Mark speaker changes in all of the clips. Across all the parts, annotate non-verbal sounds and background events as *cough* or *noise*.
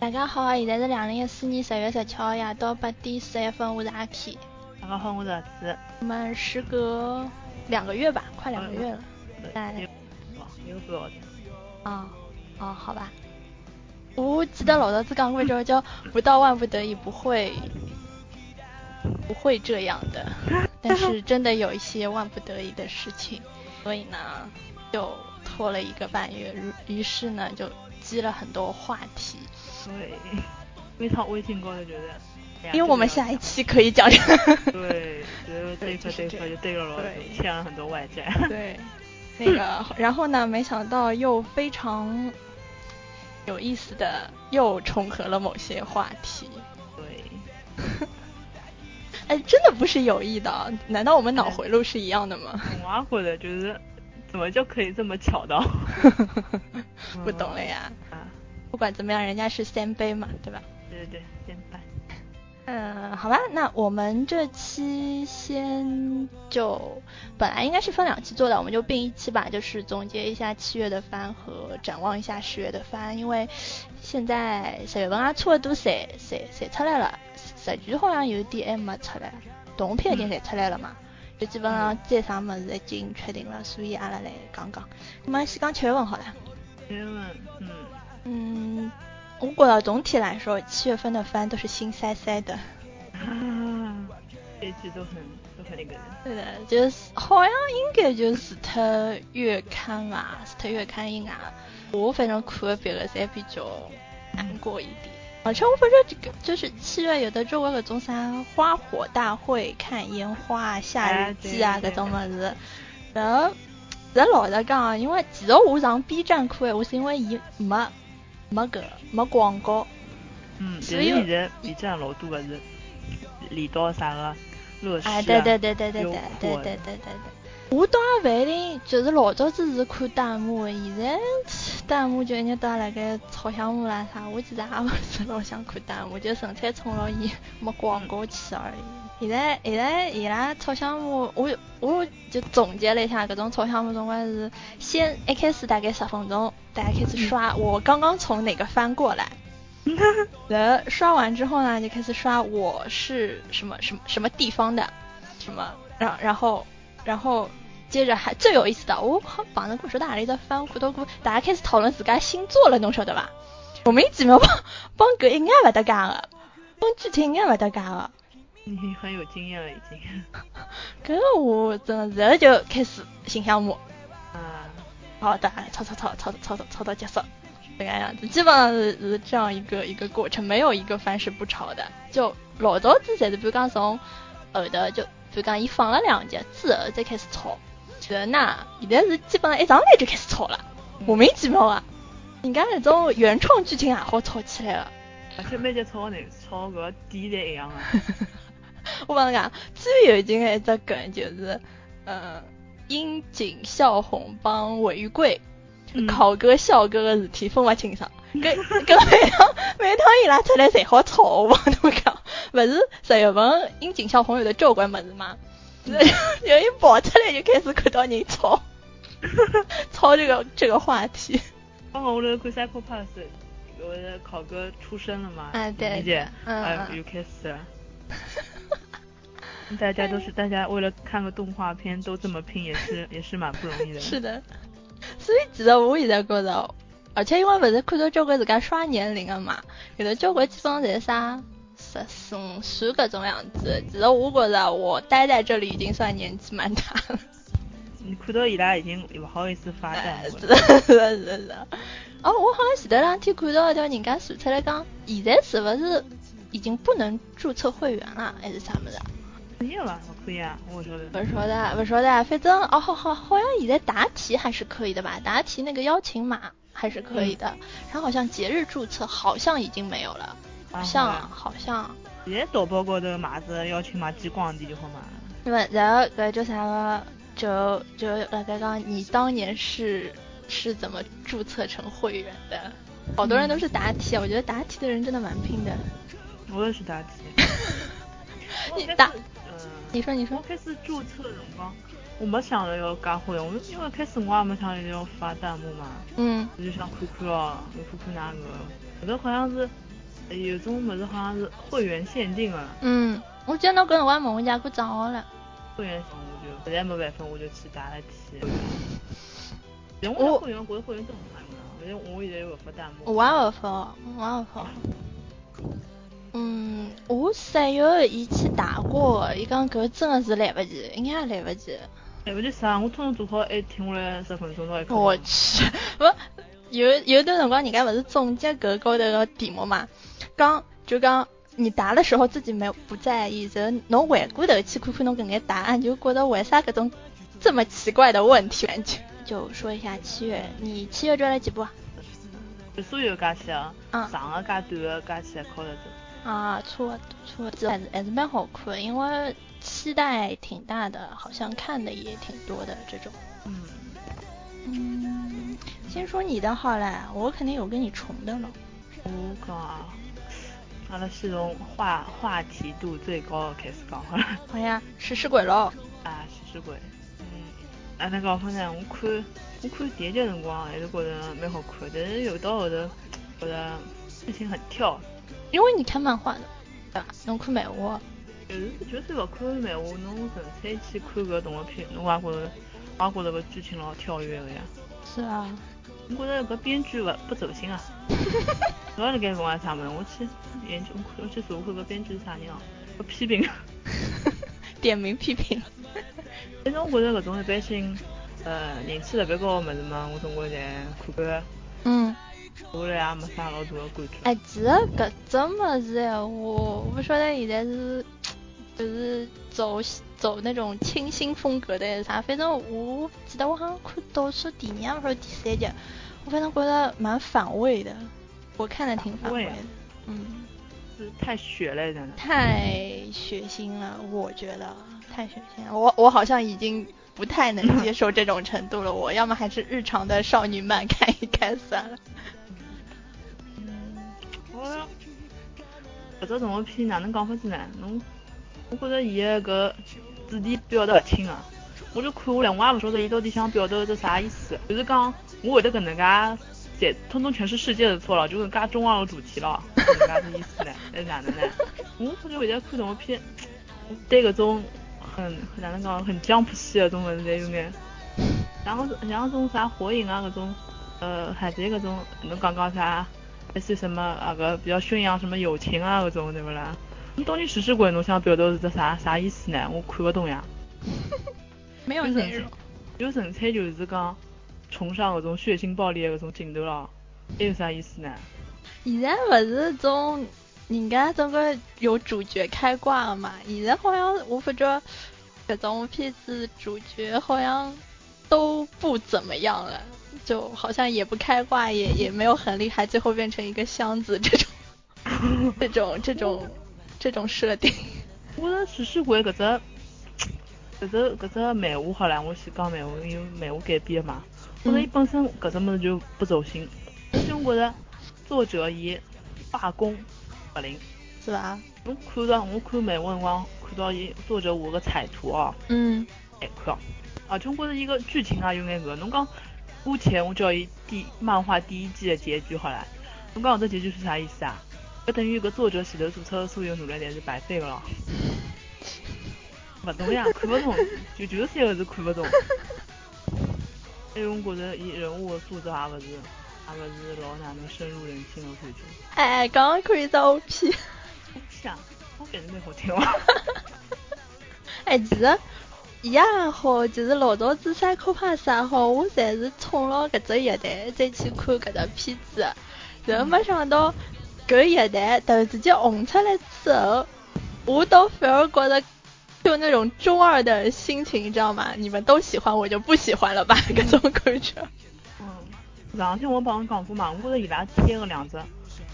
Speaker 1: 大家好，现在是两零一四年十月十七号夜到八点十一分，我是阿 K。
Speaker 2: 大家好，我是儿子。
Speaker 1: 我们时隔两个月吧，快两个月了。
Speaker 2: 对
Speaker 1: 来
Speaker 2: 有哦，有个号头。
Speaker 1: 啊、啊、好吧。我记得老早子讲过一句话叫“不到万不得已不会不会这样的”，
Speaker 2: *laughs*
Speaker 1: 但是真的有一些万不得已的事情，所以呢就拖了一个半月，于于是呢就积了很多话题。
Speaker 2: 对，非常微信高头就是。哎呀
Speaker 1: 因为我们
Speaker 2: 这个
Speaker 1: 下
Speaker 2: 要
Speaker 1: 一期可以讲这个。
Speaker 2: 对，就是对付
Speaker 1: 就是这
Speaker 2: 对付
Speaker 1: 样
Speaker 2: 就对付了，
Speaker 1: 对
Speaker 2: 欠了很多外债。 *laughs*
Speaker 1: 对，那个，然后呢，没想到又非常有意思的又重合了某些话题。
Speaker 2: 对，
Speaker 1: 哎，真的不是有意的啊，难道我们脑回路是一样的
Speaker 2: *laughs*
Speaker 1: 吗？
Speaker 2: 我也觉得就是怎么就可以这么巧到？
Speaker 1: *laughs* 不懂了呀。
Speaker 2: 啊，
Speaker 1: 不管怎么样，人家是三杯嘛，对吧？
Speaker 2: 对对对，先办。
Speaker 1: 嗯，好吧，那我们这期先就本来应该是分两期做的，我们就并一期吧，就是总结一下七月的番和展望一下十月的番，因为现在十月份啊差不多侪侪侪出来了，十剧好像有点还没出来，动画片已经侪出来了嘛，就基本啊上再啥么子已经确定了，所以阿拉来讲讲。那么先讲七月份好了。
Speaker 2: 因为嗯，
Speaker 1: 嗯，我觉得总体来说，七月份的番都是心塞塞的。
Speaker 2: 啊，这句都很都很那个人。
Speaker 1: 对的，就是好像应该就是他月刊吧，是他月刊以外，我反正看的别个侪比较难过一点。而且我发觉啊这个就是七月有的周围搿种啥花火大会、看烟花啊、夏日祭啊
Speaker 2: 哎
Speaker 1: 搿
Speaker 2: 对
Speaker 1: 种物事，然后咱老实讲啊，因为其实我上 B 站看闲话是因为伊没没搿没广告，
Speaker 2: 嗯，
Speaker 1: 所
Speaker 2: 但是
Speaker 1: 以
Speaker 2: 现在 B 站老多勿是连到啥个乐视
Speaker 1: 哎，
Speaker 2: 啊，
Speaker 1: 对对对对对
Speaker 2: 优
Speaker 1: 对
Speaker 2: 酷
Speaker 1: 对
Speaker 2: 啊
Speaker 1: 对对对对。我倒也勿一定，就是老早子是看弹幕的，现在弹幕就一日到晚辣盖吵相骂啦啥，我其实也勿是老想看弹幕，就纯粹冲牢伊没广告去而已。现在现在伊拉吵相骂，我我就总结了一下，搿种吵相骂总归是先一开始大概十分钟，大家开始刷我刚刚从哪个翻过来，然后刷完之后呢，就开始刷我是什么什么什么地方的，什么，然然后然后接着还最有意思的，我好绑着故事大里在翻苦头苦，大家开始讨论自家星座了，侬晓得伐？莫名其妙帮帮搿一眼勿搭界个，帮剧情一眼勿搭界个。
Speaker 2: 你很有经验了已
Speaker 1: *laughs*
Speaker 2: 经。
Speaker 1: 搿个我真的是，然后就开始心想我，
Speaker 2: 啊，
Speaker 1: 好的，吵吵吵吵吵吵吵到结束，这个样子，基本上是是这样一个一个过程，没有一个番是不吵的。就老早子侪是，比如讲从后头就，比如讲伊放了两集之后再开始吵，人呐，现在是基本上一上来就开始吵了，莫名其妙啊！人家那种原创剧情也好吵起来了。
Speaker 2: 而且每节吵哪吵搿个点侪一样
Speaker 1: *laughs*
Speaker 2: 啊。
Speaker 1: 我帮侬讲，最有劲的一只梗就是，呃，樱井孝宏帮尾玉贵
Speaker 2: 嗯
Speaker 1: 考哥笑哥个事体分勿清爽， *laughs* 搿搿每趟每趟伊拉出来侪好吵，我帮侬讲，勿是十月份樱井孝宏有的交关物事嘛，
Speaker 2: 嗯
Speaker 1: *laughs* 然后一跑出来就开始看到人吵， *laughs* 吵这个这个话题， *laughs*
Speaker 2: 包括我那个看 Psycho Pass，我的考哥出生了嘛，
Speaker 1: 啊对
Speaker 2: 理解，
Speaker 1: 嗯
Speaker 2: 啊
Speaker 1: 嗯
Speaker 2: 又开始了。大家都是，大家为了看个动画片都这么拼，也是也是蛮不容易的。
Speaker 1: 是的，所以其实我现在觉着，而且因为勿是看到交关自家刷年龄个嘛，有的交关基本上侪是啥十四五岁搿种样子。其实我觉着我待在这里已经算年纪蛮大了。
Speaker 2: 你看到伊拉已经不好意思发弹
Speaker 1: 哎 *laughs*
Speaker 2: 幕
Speaker 1: 是
Speaker 2: 了。
Speaker 1: 的，是的，是的。哦，我好像前头两天看到一条人家传出来讲，现在是勿是已经不能注册会员了，还是啥物事啊？
Speaker 2: 可以吧？我可以啊，我觉得。
Speaker 1: 不晓得，不晓得，反正哦，好好，好像现在答题还是可以的吧？答题那个邀请码还是可以的，然后好像节日注册好像已经没有了，好
Speaker 2: 啊
Speaker 1: 像
Speaker 2: 好吧
Speaker 1: 好像，
Speaker 2: 现在淘宝高头买子要去买激光的就好买。
Speaker 1: 那么然后搿叫啥个？就就那个刚你当年是是怎么注册成会员的？好多人都是答题，啊，我觉得答题的人真的蛮拼的。
Speaker 2: 我也是答题。
Speaker 1: *laughs* 你
Speaker 2: 我开始
Speaker 1: 答
Speaker 2: 嗯
Speaker 1: 你说你说
Speaker 2: 我开始注册的辰光，我没想着要加会员，我因为开始我也没想着要发弹幕嘛，
Speaker 1: 嗯
Speaker 2: 啊我就想看看哦，看看哪个。后头好像是有种物事好像是会员限定啊个、
Speaker 1: 嗯，我记得侬搿辰光问我借过账号了。
Speaker 2: 会员我就实在没办法，我就去打了去。但我有会员觉得会员证很好用啊，反正我现在又勿发弹幕。
Speaker 1: 我也勿发，我也勿发。嗯，我室友伊去打过，伊讲搿真的是来勿及，应该也来勿及。
Speaker 2: 哎，勿就啥，我通通做好，还停下来十分钟到一刻钟。
Speaker 1: 我去，勿有有段辰光人家勿是总结搿高头个题目嘛，讲就讲你答的时候自己没不在意，然后侬回过头去看看侬搿眼答案，就觉得为啥搿种这么奇怪的问题感觉。就说一下七月，你七月追了几部啊？
Speaker 2: 就所有加起来，
Speaker 1: 嗯
Speaker 2: 长啊个加短个加起来扣了走。
Speaker 1: 啊，差不多差不多，还是还是蛮好看，因为期待挺大的，好像看的也挺多的这种。
Speaker 2: 嗯，
Speaker 1: 嗯，先说你的好了，我肯定有跟你重的了。
Speaker 2: 我讲啊，阿拉先从话话题度最高的开始讲好了。
Speaker 1: 好哎呀，食尸鬼咯。
Speaker 2: 啊，食尸鬼。嗯，安尼讲法呢，我看我看第一集辰光啊还是觉着蛮好看，但是有到后头觉着剧情很跳，
Speaker 1: 因为你看漫画的，啊对吧？侬看漫画，
Speaker 2: 有时就算勿看漫画，侬纯粹去看搿动画片，侬也觉着我也觉着搿剧情老跳跃个呀。
Speaker 1: 是啊。 *laughs*
Speaker 2: 我觉着搿编剧勿不走心啊。勿要辣盖讲啥物事，我去研究，我去查看搿编剧是啥人哦，搿批评。
Speaker 1: 点名批评。 *laughs*
Speaker 2: 但是我觉着搿种一般性，呃，人气特别高个物事嘛，我总归侪看看。
Speaker 1: 嗯，
Speaker 2: 我来也没啥老大的感觉。
Speaker 1: 哎，其实搿只物事哎，我我不晓得现在是就是走走那种清新风格的还是啥，反正我记得我好像看倒数第二还是第三集，我反正觉得蛮反胃的，我看的挺反胃的
Speaker 2: 反胃啊。
Speaker 1: 嗯，
Speaker 2: 是太血了，真的。
Speaker 1: 太血腥了，我觉得太血腥了。我我好像已经不太能接受这种程度了。我要么还是日常的少女漫看一看算了。
Speaker 2: 我搿只动画片哪能讲法子呢？侬，我觉着伊个搿主题表达勿清啊。我就看下来，我也勿晓得伊到底想表达是啥意思。就是讲，我会得搿能介，侪通通全是世界的错了，就搿能介中二的主题了，搿能介是意思 *laughs* 呢？还是哪能呢？嗯我感觉现在看动画片，我对搿种很哪能讲很 jump 系的种物事侪有眼。然后像种啥火影啊，搿种，呃，海贼搿种，侬讲讲啥，还是什么啊个比较宣扬什么友情啊搿种，对勿啦？侬到底食尸鬼侬想表达是只啥啥意思呢？我看勿懂呀。
Speaker 1: *laughs* 没有
Speaker 2: 就
Speaker 1: 内
Speaker 2: 纯
Speaker 1: 容。
Speaker 2: 就纯粹就是讲崇尚搿种血腥暴力的搿种镜头咯，还有啥意思呢？
Speaker 1: 现在不是总人家总归有主角开挂了嘛？现在好像我发觉各种片子主角好像都不怎么样了，就好像也不开挂，也也没有很厉害，最后变成一个箱子这种这种这种这种设定。
Speaker 2: 我觉着食尸鬼搿只搿只搿只漫画好了，我先讲漫画，因为漫画改编的嘛。我觉着伊本身搿只物事就不走心，所以我觉着作者伊罢工勿灵。
Speaker 1: 是吧？
Speaker 2: 侬看到我看漫画辰光，看到伊作者画个彩图哦，
Speaker 1: 嗯，
Speaker 2: 难看。而且我觉着伊个剧情啊有眼搿，侬讲姑且我叫伊第漫画第一季的结局好了，侬讲搿只结局是啥意思啊？搿等于搿作者前头做出的所有努力侪是白费个咯。勿懂呀，看勿懂，就就是三个字看勿懂。还有我觉着伊人物的塑造也勿是，也勿是老哪能深入人心的感觉。
Speaker 1: 哎，刚刚看一只 OP，
Speaker 2: 我想，啊我感觉蛮好听哦。
Speaker 1: *laughs* 哎，其实伊也好，其实老早子三科帕斯也好，我侪是冲牢搿只乐队再去看搿只片子的，然后没想到搿乐队突然之间红出来之后，我倒反而觉得就那种中二的心情，你知道吗？你们都喜欢，我就不喜欢了吧，搿种感觉。
Speaker 2: 嗯，上天我帮侬讲过嘛，我觉着伊拉贴个两只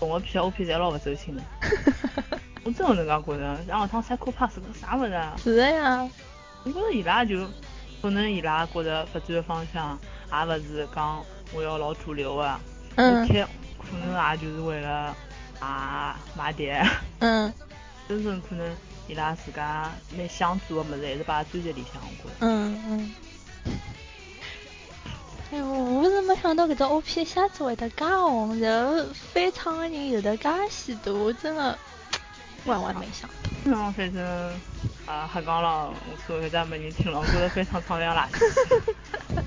Speaker 2: 动画片 OP 侪老勿
Speaker 1: *laughs*
Speaker 2: 走心的，我真有能介觉着。然后趟 Psycho Pass 搿啥物事啊？
Speaker 1: 是的呀，
Speaker 2: 我觉着伊拉就可能伊拉觉着发展的方向也勿是讲我要老主流啊，
Speaker 1: 嗯
Speaker 2: 贴可能也就是为了啊买碟， *laughs*
Speaker 1: 嗯
Speaker 2: 真正可能伊拉自家蛮想做个物事还是摆在专辑里向，我觉着。
Speaker 1: 嗯嗯嗯。哎呦，我是没想想到搿只 O P 一下子会得介红，然后翻唱的人有得介许多，我真的万万没想到。
Speaker 2: 嗯，反正啊，瞎讲了，无所谓，但没人听了，我觉得翻唱唱的像垃圾，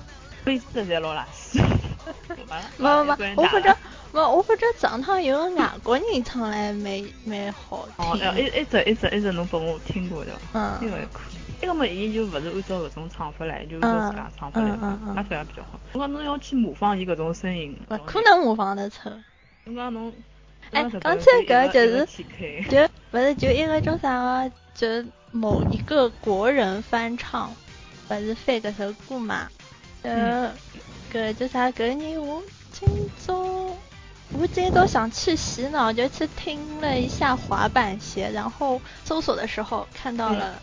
Speaker 2: 每次侪老垃圾。
Speaker 1: 不不不，我觉着，不，我觉着上趟有个外国人唱来蛮蛮好
Speaker 2: 哦，
Speaker 1: 听。
Speaker 2: 哎，一一直一直一直侬拨我听过对伐？
Speaker 1: 嗯
Speaker 2: 那个也可以。那个么，伊就勿是按照搿种唱法来，就按照自家唱法
Speaker 1: 嗯
Speaker 2: 来
Speaker 1: 嗯嗯嗯，
Speaker 2: 那反而比较好。我讲侬要去模仿伊搿种声音，
Speaker 1: 不可能模仿得出。
Speaker 2: 侬讲侬。
Speaker 1: 哎
Speaker 2: 侬讲
Speaker 1: 刚才
Speaker 2: 搿
Speaker 1: 搿
Speaker 2: 个
Speaker 1: 就是
Speaker 2: 一个一个 TK
Speaker 1: 就不是就一个叫啥个，啊就某一个国人翻唱，不是翻搿首歌嘛？
Speaker 2: 嗯
Speaker 1: 呃，搿叫啥？搿人我今朝我今朝想去洗脑，就去听了一下滑板鞋，然后搜索的时候看到
Speaker 2: 嗯
Speaker 1: 了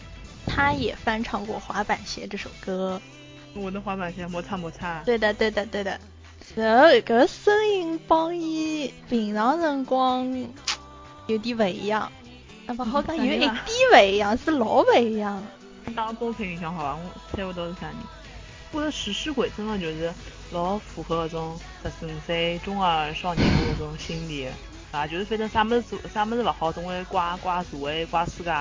Speaker 1: 他也翻唱过《滑板鞋》这首歌。
Speaker 2: 我的滑板鞋摩擦摩擦。
Speaker 1: 对的，对的，对的。然后搿声音帮伊平常辰光有点勿一样，啊勿好讲有一点勿一样，是老勿一样的。
Speaker 2: 当公屏里向好伐？我猜不到是啥人。我觉着徐世伟真的就是老符合搿种十四五岁中二少年的搿种心理，啊，就是反正啥物事做啥物事勿好，总会怪怪社会、怪世界，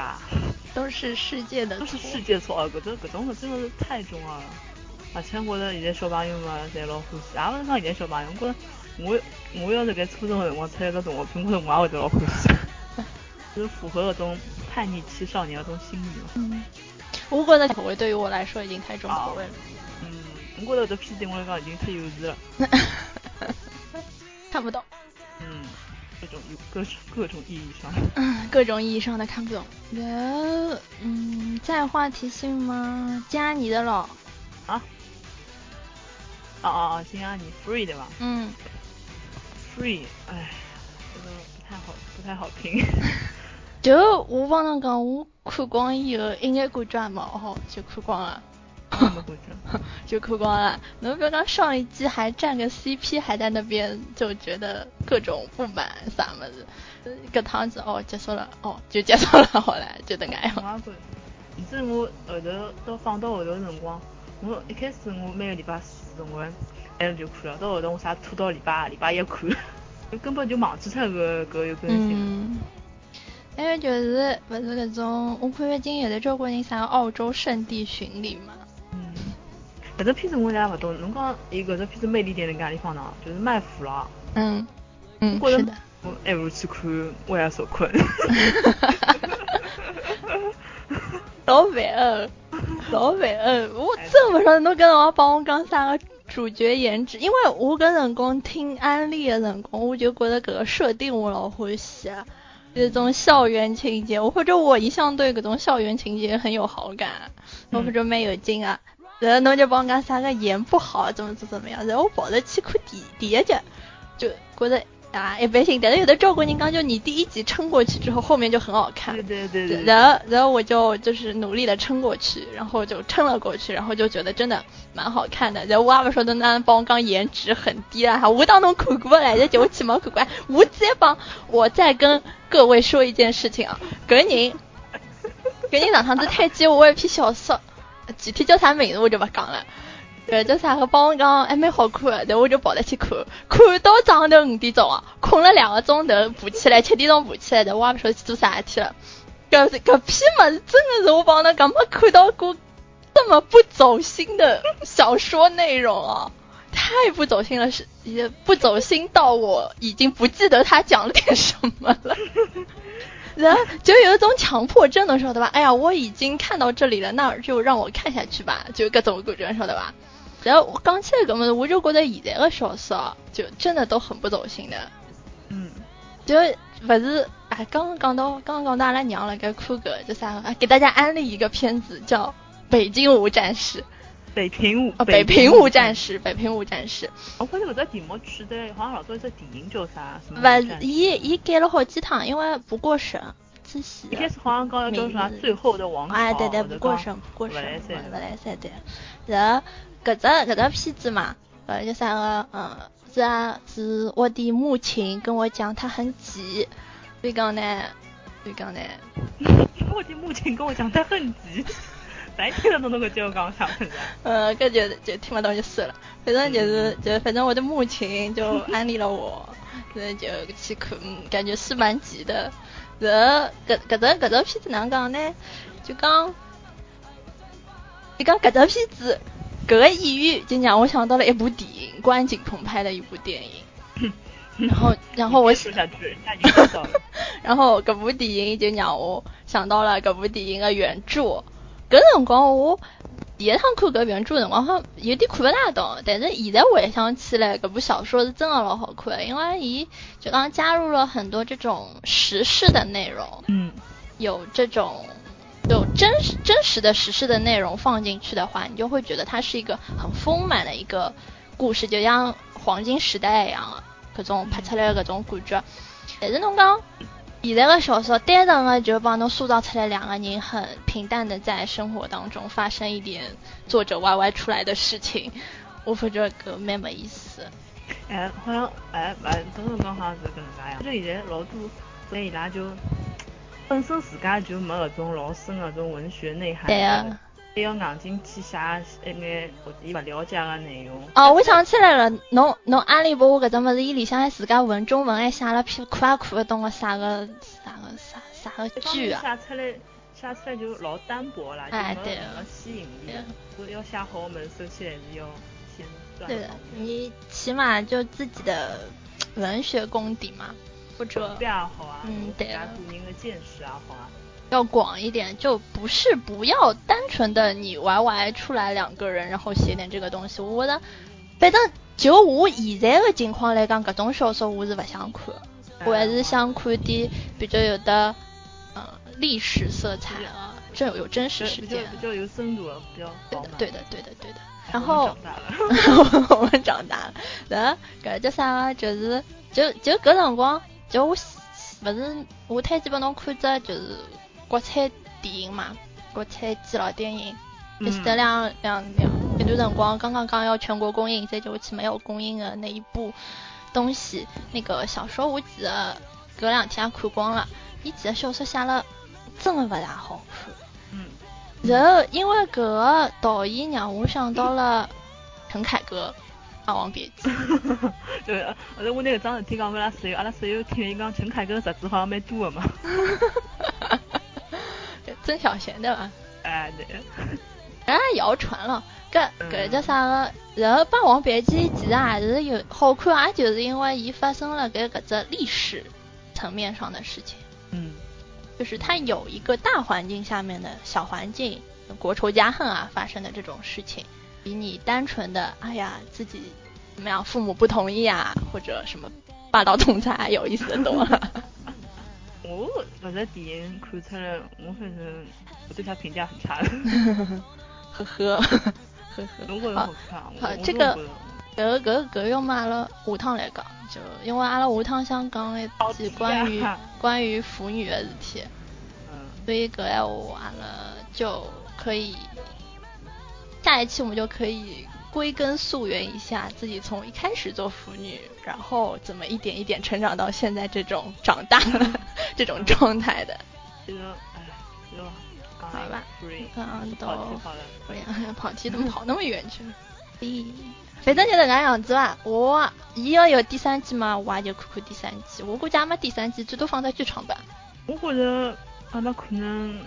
Speaker 1: 都是世界的
Speaker 2: 啊都
Speaker 1: 错。
Speaker 2: 是世界错。搿种搿种真的是太中二了。啊而且我觉着现在小朋友嘛，侪老欢喜，也勿是讲现在小朋友，我觉着我我要是搿初中的辰光出一个动画片，我觉着我也会得老欢喜， *laughs* 就是符合搿种叛逆期少年搿种心理嘛。
Speaker 1: 嗯，我觉得口味对于我来说已经太重口味了，
Speaker 2: 嗯，我觉得搿只片对我来讲已经太幼稚了。
Speaker 1: *laughs* 看不懂，
Speaker 2: 嗯，各种有各种各种意义上，
Speaker 1: 嗯，各种意义上的看不懂。然后，嗯，在话题性吗？加你的老，
Speaker 2: *laughs* 啊，啊啊啊！金阿尼 free 对吧
Speaker 1: 嗯，
Speaker 2: ？free，哎，这个不太好，不太好
Speaker 1: *laughs*
Speaker 2: 听。
Speaker 1: 就我帮侬讲，我看光以后一眼歌专嘛，哦，就看光了。
Speaker 2: 我
Speaker 1: 嗯
Speaker 2: 没过去了。
Speaker 1: *laughs* 就哭光了。侬不要讲上一季还站个 CP 还在那边，就觉得各种不满啥么子。搿趟子哦结束了，哦就结束了，好了，嗯就迭个样。 *laughs*
Speaker 2: 我也觉得，以致我后头到放到后头的辰光，我一开始我每个礼拜四我晚上就看了，到后头我啥拖到礼拜礼拜一看，就 *laughs* 根本就忘记脱搿搿有更新。
Speaker 1: 嗯，还有就是勿是搿种，我看最近有的交关人啥澳洲圣地巡礼嘛，
Speaker 2: 嗯，搿只片子我也勿懂，侬讲伊搿只片子魅力点在哪地方呢？就是卖腐了。
Speaker 1: 嗯嗯
Speaker 2: 我觉
Speaker 1: 是
Speaker 2: 得
Speaker 1: 的，
Speaker 2: 我还不如去看《为爱所
Speaker 1: *laughs*
Speaker 2: 困》。
Speaker 1: *laughs* 老烦恩，老烦恩，我真勿晓得侬搿辰光帮我讲啥个主角颜值，因为我搿辰光听安利的辰光，我就觉得搿个设定我老欢喜啊，就是这种校园情节，我或者我一向对搿种校园情节很有好感，我或者蛮有劲啊。然后侬就帮我讲啥个演不好，怎么怎么怎么样，然后我抱着去看第第一集，就觉得啊一般性，但是有的照顾人讲，就你第一集撑过去之后，后面就很好看。
Speaker 2: 对对对
Speaker 1: 对
Speaker 2: 对。
Speaker 1: 然后，然后我就就是努力的撑过去，然后就撑了过去，然后就觉得真的蛮好看的。然后我阿爸说的那帮我讲颜值很低啊，我当侬看过来，这节我起码看过来。我再帮我再跟各位说一件事情
Speaker 2: *laughs*
Speaker 1: 啊，搿人，搿人上趟子太激我一篇小说，具体叫啥名字我就勿讲了。搿叫啥个？帮我讲还蛮好看的，然后我就跑得去看，看到早上头五点钟啊，困了两个钟头，爬起来七点钟爬起来的，我也勿晓得去做啥事体了。搿是搿批物事真的是我帮侬讲没看到过这么不走心的小说内容啊，太不走心了，是也不走心到我已经不记得他讲了点什么了。然后就有一种强迫症的，晓得吧？哎呀，我已经看到这里了，那就让我看下去吧，就各种各种，晓得吧？然后我讲起来搿么子，我就觉得现在的小说啊就真的都很不走心的。
Speaker 2: 嗯。
Speaker 1: 就勿是啊，刚刚讲到，刚刚讲到阿拉娘辣盖看搿叫啥啊？给大家安利一个片子叫《北京无战事》
Speaker 2: 北平五
Speaker 1: 啊，《北平无战。事》，《北平无战事》
Speaker 2: 我发现哦搿只题目取得好像老早一只电影叫啥什么
Speaker 1: 勿
Speaker 2: 战
Speaker 1: 是，
Speaker 2: 士？
Speaker 1: 伊伊改了好几趟，因为不过审，自喜
Speaker 2: 一。开始好像讲叫啥
Speaker 1: 名字
Speaker 2: 最后的王朝。
Speaker 1: 哎，对对，
Speaker 2: 或者
Speaker 1: 不过
Speaker 2: 讲
Speaker 1: 审，不过
Speaker 2: 勿
Speaker 1: 审，
Speaker 2: 来塞
Speaker 1: 勿
Speaker 2: *laughs*
Speaker 1: 勿来塞对。然后搿只搿只片子嘛，呃，叫啥个？嗯，是啊，是我的母亲跟我讲，她很急，所以讲呢，所以讲呢。
Speaker 2: 我的母亲跟我讲她很急，谁听得懂侬搿句讲啥物事？
Speaker 1: 呃，搿就就听勿懂就算了，反正就是就反正我的母亲就安利了我，然后就去看，嗯感觉是蛮急的。然后搿搿只搿只片子哪能讲呢？就讲，就讲搿只片子搿个抑郁就让我想到了一部电影，关锦鹏拍的一部电影。然后然后我
Speaker 2: 说下去，人家已经知道了。
Speaker 1: 然后搿部电影就让我想到了搿部电影的原著。搿辰光我第一趟看搿原著的辰光，好像有点看勿大懂，但是现在回想起来，搿部小说是真的老好看的，因为伊就讲加入了很多这种时事的内容，
Speaker 2: 嗯，
Speaker 1: 有这种有真实真实的时事的内容放进去的话，你就会觉得它是一个很丰满的一个故事，就像黄金时代一样啊，搿种拍出来的搿种感觉。但是侬讲现在的小说，单纯的就帮侬塑造出来两个人很平淡的在生活当中发生一点作者 YY 出来的事情，我发觉搿蛮没意思。
Speaker 2: 哎，好像哎哎，搿辰光好像是搿能介样。就现在老多，所以伊拉就本身自家就没搿种老深的搿种文学内涵。
Speaker 1: 对啊
Speaker 2: 啊。还要硬劲去呃写一眼或者伊勿了解啊个内容。
Speaker 1: 哦，我想起来了，侬侬安利拨我搿只物事，伊里向还自家文中文还写了篇看也看勿懂个啥个啥个啥啥个
Speaker 2: 一方
Speaker 1: 剧
Speaker 2: 面
Speaker 1: 啊。
Speaker 2: 写出来，写出来就老单薄啦，就
Speaker 1: 哎
Speaker 2: 没
Speaker 1: 对
Speaker 2: 什
Speaker 1: 啊
Speaker 2: 么吸引力
Speaker 1: 对啊。
Speaker 2: 所以要写好么，首先还是要先钻
Speaker 1: 对的
Speaker 2: 好，门
Speaker 1: 你起码就自己的文学功底嘛，或者
Speaker 2: 这样好啊，
Speaker 1: 嗯对
Speaker 2: 加
Speaker 1: 啊
Speaker 2: 个人的见识啊，好啊。
Speaker 1: 要广一点，就不是不要单纯的你 YY 出来两个人，然后写点这个东西。我觉得，反正就我现在的情况来讲，搿种小说我是勿想看的。我
Speaker 2: 哎
Speaker 1: 还是想看点比较有的，嗯，历史色彩啊，这有有真实
Speaker 2: 比
Speaker 1: 事
Speaker 2: 比较
Speaker 1: 件。
Speaker 2: 比较有深度了，比较
Speaker 1: 对
Speaker 2: 好
Speaker 1: 的
Speaker 2: 嘛，。
Speaker 1: 对
Speaker 2: 哎
Speaker 1: 的，对的，对的。
Speaker 2: 我
Speaker 1: 然
Speaker 2: 们
Speaker 1: 后
Speaker 2: 长大了
Speaker 1: *laughs* 我们长大了，然后搿叫啥啊？就是就就搿辰光，就我勿是我推荐拨侬看只就是国产电影嘛，国产基佬电影。就是
Speaker 2: 嗯
Speaker 1: 得两两两一段辰光，刚刚刚要全国公映，再就去没有公映的那一部东西，那个小说我记得隔两天也看光了，伊几个小说写了真的勿大好看。
Speaker 2: 嗯， *laughs*
Speaker 1: 然后因为搿个导演让我想到了陈凯歌 *laughs* 《霸王别姬》，
Speaker 2: 对，呃后来我拿搿桩事体讲拨阿拉室友，阿拉室友听了伊讲陈凯歌日子好像蛮多的嘛。
Speaker 1: 曾小贤对伐？
Speaker 2: 哎，对，
Speaker 1: 人家谣传了，搿
Speaker 2: 嗯
Speaker 1: 搿叫啥个？然后《霸王别姬》其实也是有好看，也就是因为伊发生了搿搿只历史层面上的事情，
Speaker 2: 嗯，
Speaker 1: 就是它有一个大环境下面的小环境，国仇家恨啊发生的这种事情，比你单纯的哎呀自己怎么样，父母不同意啊，或者什么霸道总裁啊有意思的多了。
Speaker 2: 我搿只电影看出来，我反正我对他评价很差
Speaker 1: *laughs*
Speaker 2: 的。
Speaker 1: *laughs* 呵呵呵呵。
Speaker 2: 侬觉得好看啊？我
Speaker 1: 好
Speaker 2: 我
Speaker 1: 这
Speaker 2: 都
Speaker 1: 个
Speaker 2: 觉得
Speaker 1: 搿搿搿要么阿拉下趟来讲，就因为阿拉下趟想讲一期关于
Speaker 2: 好
Speaker 1: 关于腐女的事体，
Speaker 2: 嗯，
Speaker 1: 所以搿闲话阿拉就可以下一期我们就可以归根溯源一下自己从一开始做腐女，然后怎么一点一点成长到现在这种长大了 *laughs* 这种状态的，
Speaker 2: 这个哎，这个讲
Speaker 1: 好吧嗯
Speaker 2: 不是
Speaker 1: 刚刚都
Speaker 2: 好听好了。
Speaker 1: 哎呀， *laughs* 跑题怎么跑那么远去了？ *laughs* 哎咦，反正就搿能样子伐。我伊要有第三季嘛，我也就看看第三季。我估计也没第三季，最多放在剧场版。
Speaker 2: 我觉着阿拉可能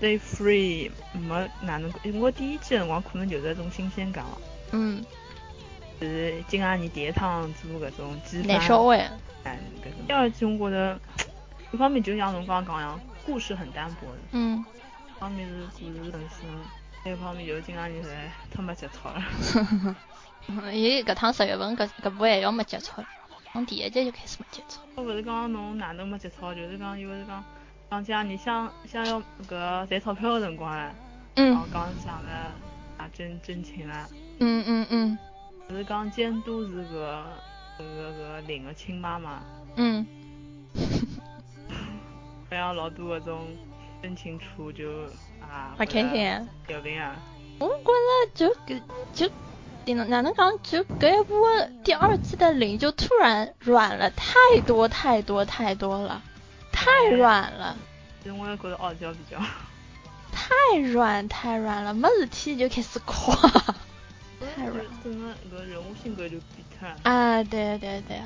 Speaker 2: 对 free 没哪能，因为我第一季的辰光可能就是一种新鲜感哦，
Speaker 1: 嗯，
Speaker 2: 就是今阿年第一趟做搿种机
Speaker 1: 难受
Speaker 2: 位，
Speaker 1: 位。
Speaker 2: 哎，搿种。第二季我觉着，一方面就像侬刚刚讲一样，故事很单薄，
Speaker 1: 嗯，
Speaker 2: 一方面是故事本身，还有一方面就是今阿年实在太没节操了。
Speaker 1: 伊搿趟十月份搿搿部还要没接触了，从第一集就开始没接触。
Speaker 2: 我勿是讲侬哪能没节操，就是讲伊勿是讲讲今阿年想想要搿赚钞票的辰光哎，然后
Speaker 1: 嗯
Speaker 2: 讲想了啊真真情啊。
Speaker 1: 嗯嗯嗯
Speaker 2: 不是讲监督是个搿个搿领个亲妈妈，
Speaker 1: 嗯，
Speaker 2: 还有老多搿种真情处就啊，
Speaker 1: 好开心啊。
Speaker 2: 有病啊！
Speaker 1: 我觉着就搿就哪能哪能讲，就搿一部第二季的零就突然软了太多太多太多了，太软了。
Speaker 2: 其实我也觉得傲娇比较好，
Speaker 1: 太软太软了，没事体就开始哭。太软。
Speaker 2: 整个搿人物性格就变脱了。
Speaker 1: 啊，对对对。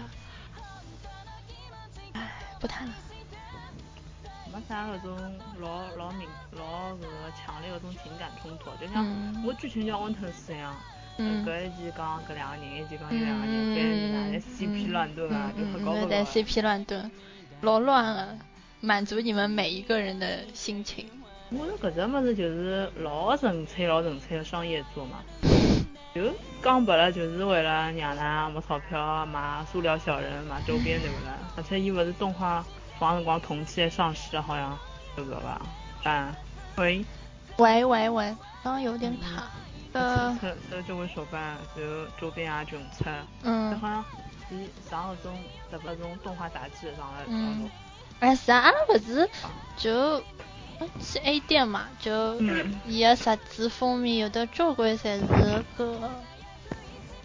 Speaker 1: 唉，不谈了。
Speaker 2: 没啥搿种老老明老搿个强烈搿种情感冲突，就像
Speaker 1: 嗯
Speaker 2: 我剧情像温腾斯一样，
Speaker 1: 嗯
Speaker 2: 搿一集讲搿两个人，一集讲
Speaker 1: 嗯
Speaker 2: 有两个人，反正哪来
Speaker 1: 嗯
Speaker 2: CP 乱炖啊，就
Speaker 1: 嗯
Speaker 2: 很
Speaker 1: 嗯
Speaker 2: 搞
Speaker 1: 对
Speaker 2: 不
Speaker 1: 对
Speaker 2: 懂。
Speaker 1: ，CP 乱炖，老乱了，满足你们每一个人的心情。
Speaker 2: 我觉着搿只物事就是老纯粹、老纯粹的商业做嘛，就讲白了就是为了让㑚没钞票啊买塑料小人、啊买周边对勿啦？而且伊勿是动画放辰光同期还上市，好像是搿伐？啊，喂，
Speaker 1: 喂喂喂，刚刚有点卡。呃，
Speaker 2: 出出交关小版，然后周边也穷出，就
Speaker 1: 嗯
Speaker 2: 好，像伊上搿种特别搿种动画杂志上了上
Speaker 1: 嗯
Speaker 2: 了，
Speaker 1: 哎是啊，阿拉勿是就去 A 店嘛，就
Speaker 2: 嗯
Speaker 1: 伊个杂志封面有的交关侪是个，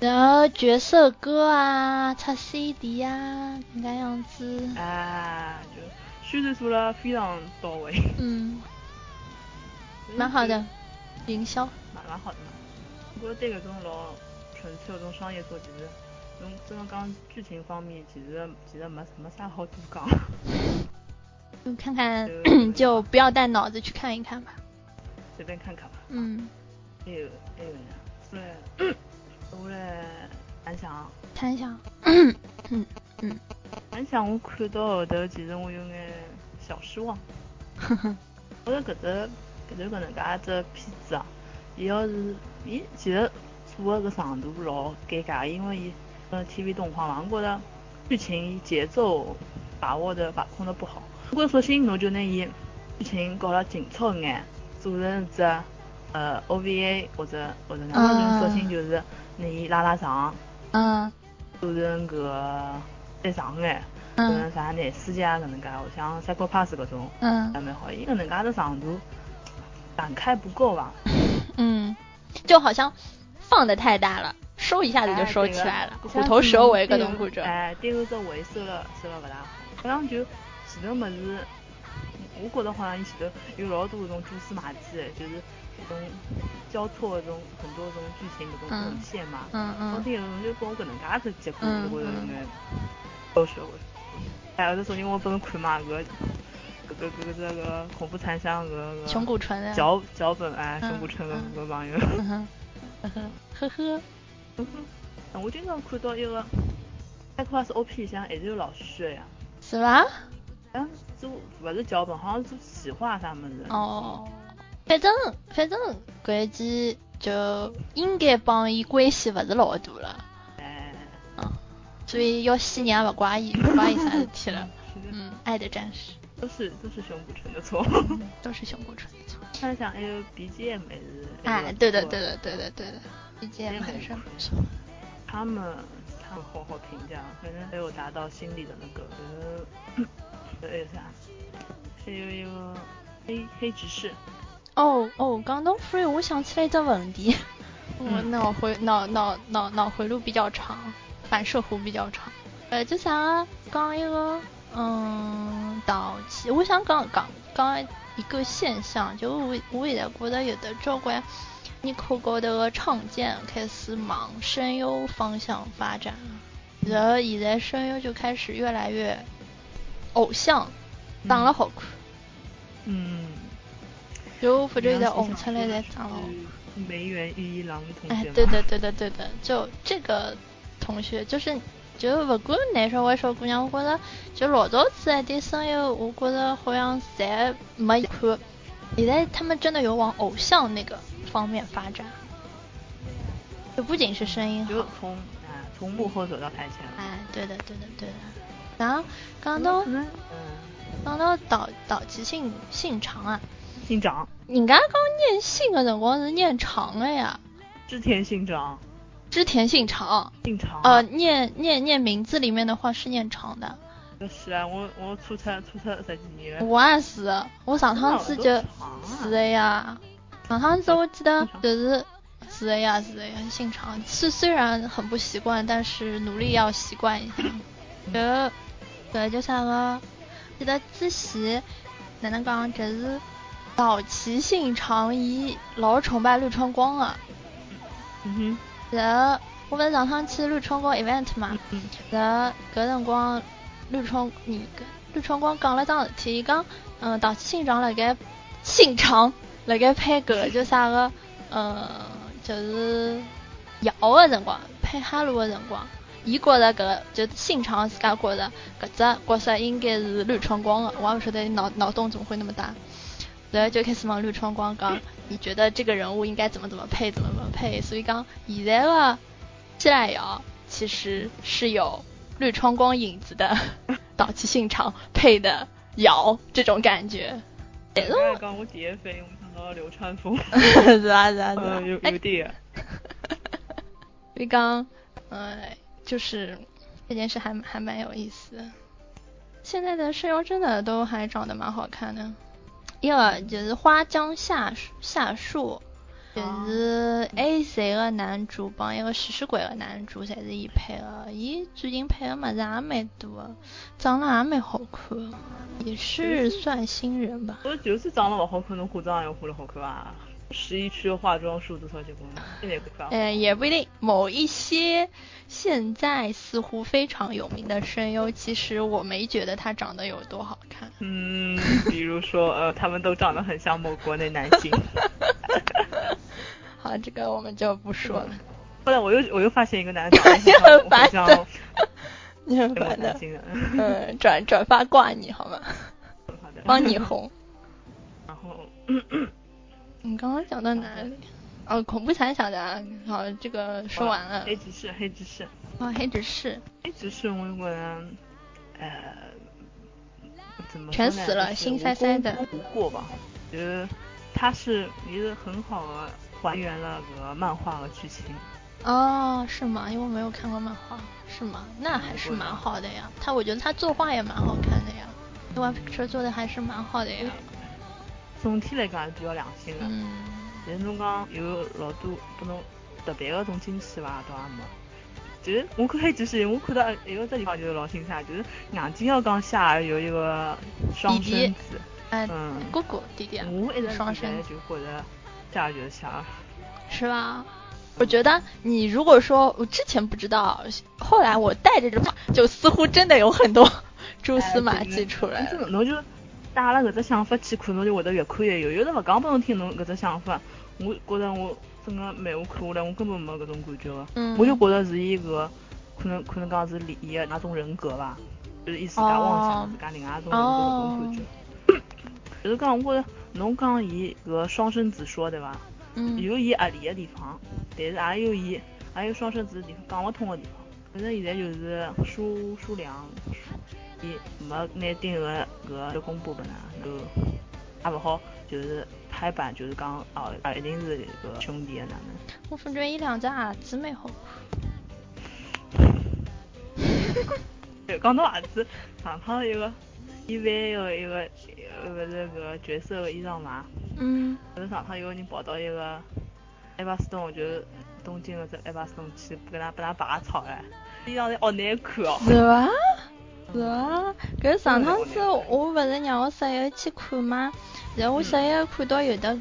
Speaker 1: 然后角色歌啊、出 CD 啊，搿能介样子。
Speaker 2: 啊，就宣传做了非常到位，
Speaker 1: 嗯，蛮好的，营销。
Speaker 2: 蛮蛮好的嘛。不过对搿种老纯粹搿种商业作，其实侬真的讲剧情方面，其实其实没没啥好多讲。
Speaker 1: 就看看
Speaker 2: 对对，对
Speaker 1: 就不要带脑子去看一看吧。
Speaker 2: *laughs* 随便看看吧。
Speaker 1: 嗯，
Speaker 2: 还有还有呢，是嘞， *clears throat* 我嘞感想，
Speaker 1: 谈一下。嗯嗯，
Speaker 2: 感想我看到后头，其实我有眼小失望。
Speaker 1: 呵呵，
Speaker 2: 我觉着搿只搿就搿能介一只片子啊，伊要是伊其实做的搿长度老尴尬，因为伊呃 TV 动画嘛，我觉着剧情伊节奏把握的把控的不好。我觉着索性侬就拿伊剧情搞了紧凑一眼，做成一只呃 OVA 或者或者哪
Speaker 1: 嗯
Speaker 2: 能，索性就是拿伊拉拉长，
Speaker 1: 嗯
Speaker 2: 做成搿个再长眼，做成
Speaker 1: 嗯
Speaker 2: 啥廿世界啊搿能介，像 Psycho Pass 搿种。还
Speaker 1: 嗯
Speaker 2: 蛮好，伊搿能介的长度感慨不够伐？
Speaker 1: 嗯，就好像放的太大了，收一下子就收起来了，虎头蛇尾各种骨折。
Speaker 2: 哎，对后只尾收了收了勿大好，好像就前头物事，我觉着好像伊前头有老多搿种蛛丝马迹，就是搿种交错搿种很多搿种剧情搿种各种线嘛。
Speaker 1: 嗯
Speaker 2: 到
Speaker 1: 嗯
Speaker 2: 底有种就跟我搿能介只结果，
Speaker 1: 嗯
Speaker 2: 我觉着应该收收回。哎，后头昨天我拨侬看嘛，搿搿搿搿只搿恐怖残香搿搿
Speaker 1: 熊谷纯啊。
Speaker 2: 脚脚本哎，熊谷
Speaker 1: 嗯
Speaker 2: 城
Speaker 1: 嗯
Speaker 2: 搿搿朋友。 *laughs*
Speaker 1: 嗯哼，呵呵呵呵，
Speaker 2: 嗯我经常看到一个 i c l a s OP 里向还是有老师的呀，
Speaker 1: 是吧？
Speaker 2: 好像做勿是脚本，好像做企划啥物事。
Speaker 1: 哦，反正反正搿一季就应该帮伊关系勿是老大了。
Speaker 2: 哎，
Speaker 1: 嗯，所以要细念勿怪
Speaker 2: *laughs*
Speaker 1: 伊，勿怪伊啥事体了。
Speaker 2: 是的，
Speaker 1: 嗯，爱的战士，
Speaker 2: 都是都是熊谷城的错。
Speaker 1: 嗯都是熊谷纯的错。
Speaker 2: 看想还有 BGM 还是。
Speaker 1: 哎，对的，对。的，对的，对的
Speaker 2: 哎
Speaker 1: ，BGM 还是不错。
Speaker 2: 他们他们好好评价，反正没有达到心里的那个。呃，还 *coughs* 有啥？还有一个黑黑执事。
Speaker 1: 哦哦，刚刚 free，我想起来一个问题，我
Speaker 2: 嗯
Speaker 1: 脑回脑脑脑脑回路比较长，反射弧比较长。呃，就想讲一个，嗯，导期，我想讲讲讲一个现象，就我我现在觉得有的交关，你看高头个创建开始往声优方向发展了，然后现在声优就开始越来越偶像，长了好看，
Speaker 2: 嗯。
Speaker 1: 就我不觉得哦
Speaker 2: 我
Speaker 1: 红出来侪长了好看。
Speaker 2: 嗯梅园玉一郎同
Speaker 1: 哎
Speaker 2: 学，吗
Speaker 1: 对的，对的，对的，就这个同学，就是就勿管男小孩小姑娘，我觉着就老早子一点声优，我觉着好像侪没看，现在他们真的有往偶像那个方面发展，就不仅是声音
Speaker 2: 就
Speaker 1: 好，
Speaker 2: 从啊从幕后走到台前了。
Speaker 1: 哎，对的，对的，对的。然后讲到
Speaker 2: 可能
Speaker 1: 讲到岛岛崎信信长啊，
Speaker 2: 嗯，信长，
Speaker 1: 人家讲念信的辰光是念长的呀，
Speaker 2: 织田信长，啊
Speaker 1: 织田信长。
Speaker 2: 信长。
Speaker 1: 呃，，念念念名字里面的话是念长的。
Speaker 2: 是啊，我我出差出差十几年了。
Speaker 1: 我也是，我上趟子就
Speaker 2: 真的好长啊
Speaker 1: 是的呀，上趟子我记得就是是的呀是的呀，姓长。虽虽然很不习惯，但是努力要习惯
Speaker 2: *laughs*
Speaker 1: 一下。呃，啊对，就像个记得之前哪能讲，就是岛崎信长伊老崇拜绿川光啊，
Speaker 2: 嗯
Speaker 1: 然后我们上趟去绿川光 event 嘛
Speaker 2: 哼，，嗯
Speaker 1: 然后搿辰呃光绿川你绿川光讲了桩事体，伊讲嗯岛崎信长辣盖信长辣盖拍搿叫啥个呃就是摇个辰光拍哈鲁个辰光，伊觉着搿就是信长自家觉着搿只角色应该是绿川光个，我也勿晓得伊脑脑洞怎么会那么大。然后就开始问绿川光讲，你觉得这个人物应该怎么怎么配，怎么怎么配？所以啊讲现在的希濑遥其实是有绿川光影子的 *laughs* 岛崎信长配的遥这种感觉，但是
Speaker 2: 刚才哎讲我第一反应我想到流川
Speaker 1: *laughs*
Speaker 2: 枫，
Speaker 1: 我是啊是啊是啊
Speaker 2: 呃，有，
Speaker 1: 哎
Speaker 2: 有点，
Speaker 1: 所以讲，呃，就是这件事还还蛮有意思的。现在的声优真的都还长得蛮好看的，一个就是花江夏夏树，就
Speaker 2: 哦
Speaker 1: 是 A C 个男主帮一个食尸鬼个男主侪是伊配的，伊最近配的么子也蛮多的，长得也蛮好看的，也
Speaker 2: 嗯
Speaker 1: 是算新人吧。
Speaker 2: 我就是长得勿好看，侬化妆也化了好看啊。十一区的化妆数多少结棍？这哪个看？
Speaker 1: 呃，也不一定。某一些现在似乎非常有名的声优，其实我没觉得他长得有多好
Speaker 2: *laughs*
Speaker 1: 看。
Speaker 2: 嗯，比如说呃，他们都长得很像某国内男
Speaker 1: *laughs*
Speaker 2: 星。
Speaker 1: 好，这个我们就不说了。
Speaker 2: 后来我又我又发现一个男
Speaker 1: *laughs*
Speaker 2: 的长得
Speaker 1: 很
Speaker 2: 很
Speaker 1: 烦
Speaker 2: 像很
Speaker 1: 你很
Speaker 2: 像某
Speaker 1: *laughs* 烦
Speaker 2: 男
Speaker 1: 的，
Speaker 2: 星人。 *laughs*
Speaker 1: 嗯，转转发挂你好吗？
Speaker 2: 好的。
Speaker 1: 帮你红。
Speaker 2: 然后 *clears throat*
Speaker 1: 你刚刚讲到哪里？哦，恐怖残想的啊，好，这个说完了
Speaker 2: 黑。执事，黑执事，
Speaker 1: 哦，黑执事
Speaker 2: 黑执事，我觉得呃，怎么说
Speaker 1: 全
Speaker 2: 呢
Speaker 1: 死了
Speaker 2: 就是
Speaker 1: 心塞塞的
Speaker 2: 无功无过吧。就是他是一个很好的还原了个漫画的剧情。
Speaker 1: 哦，是吗？因为我没有看过漫画，是吗？那还是蛮好的呀。他我觉得他作画也蛮好看的呀，One Picture 做的还是蛮好的呀。
Speaker 2: 总体来讲还是比较良心的。
Speaker 1: 嗯。
Speaker 2: 但是侬讲有老多拨侬特别的种惊喜伐，倒也没。就是我看黑执事，我看到一个只地方就是老心塞，就是硬劲要讲下有一个双
Speaker 1: 弟弟
Speaker 2: 生子，
Speaker 1: 哎，
Speaker 2: 嗯
Speaker 1: 姑姑弟弟啊
Speaker 2: 我一直
Speaker 1: 双
Speaker 2: 现在
Speaker 1: 生
Speaker 2: 就觉得下就是下，
Speaker 1: 是吧？我觉得你如果说我之前不知道，后来我带着这话，就似乎真的有很多
Speaker 2: 哎
Speaker 1: 蛛丝马迹出来
Speaker 2: 真
Speaker 1: 了。
Speaker 2: 的侬就带阿拉搿只想法去看，侬就会得越看越有。有的勿讲拨侬听侬搿只想法，我觉着我整个漫画看下来，我根本没搿种感觉个。
Speaker 1: 嗯
Speaker 2: 我就觉着是伊搿可能可能讲是伊个那种人格伐，就是伊自家妄
Speaker 1: 哦
Speaker 2: 想自家另外一种人格搿种感觉。就是讲，我觉着侬讲伊搿双生子说对伐？
Speaker 1: 嗯，
Speaker 2: 有伊合理的地方，但是也有伊也有双生子地方讲勿通的地方。反正现在就是数数量，伊没拿定个搿个公布拨㑚，啊就也勿好就是拍板，就是讲哦啊一定是搿兄弟的啊哪能？
Speaker 1: 我发觉伊两只儿子蛮好看。
Speaker 2: 对，讲到儿子，上趟一个伊办一个一个呃勿是搿角色个衣裳嘛，
Speaker 1: 嗯，
Speaker 2: 勿是上趟有个人跑到一个埃巴斯顿，就是东京个只埃巴斯顿去，跟他跟他拔草唻，衣裳侪好难看哦。
Speaker 1: 是伐？是伐？搿上趟子我勿是让我室友去看嘛，然后我室友看到有的搿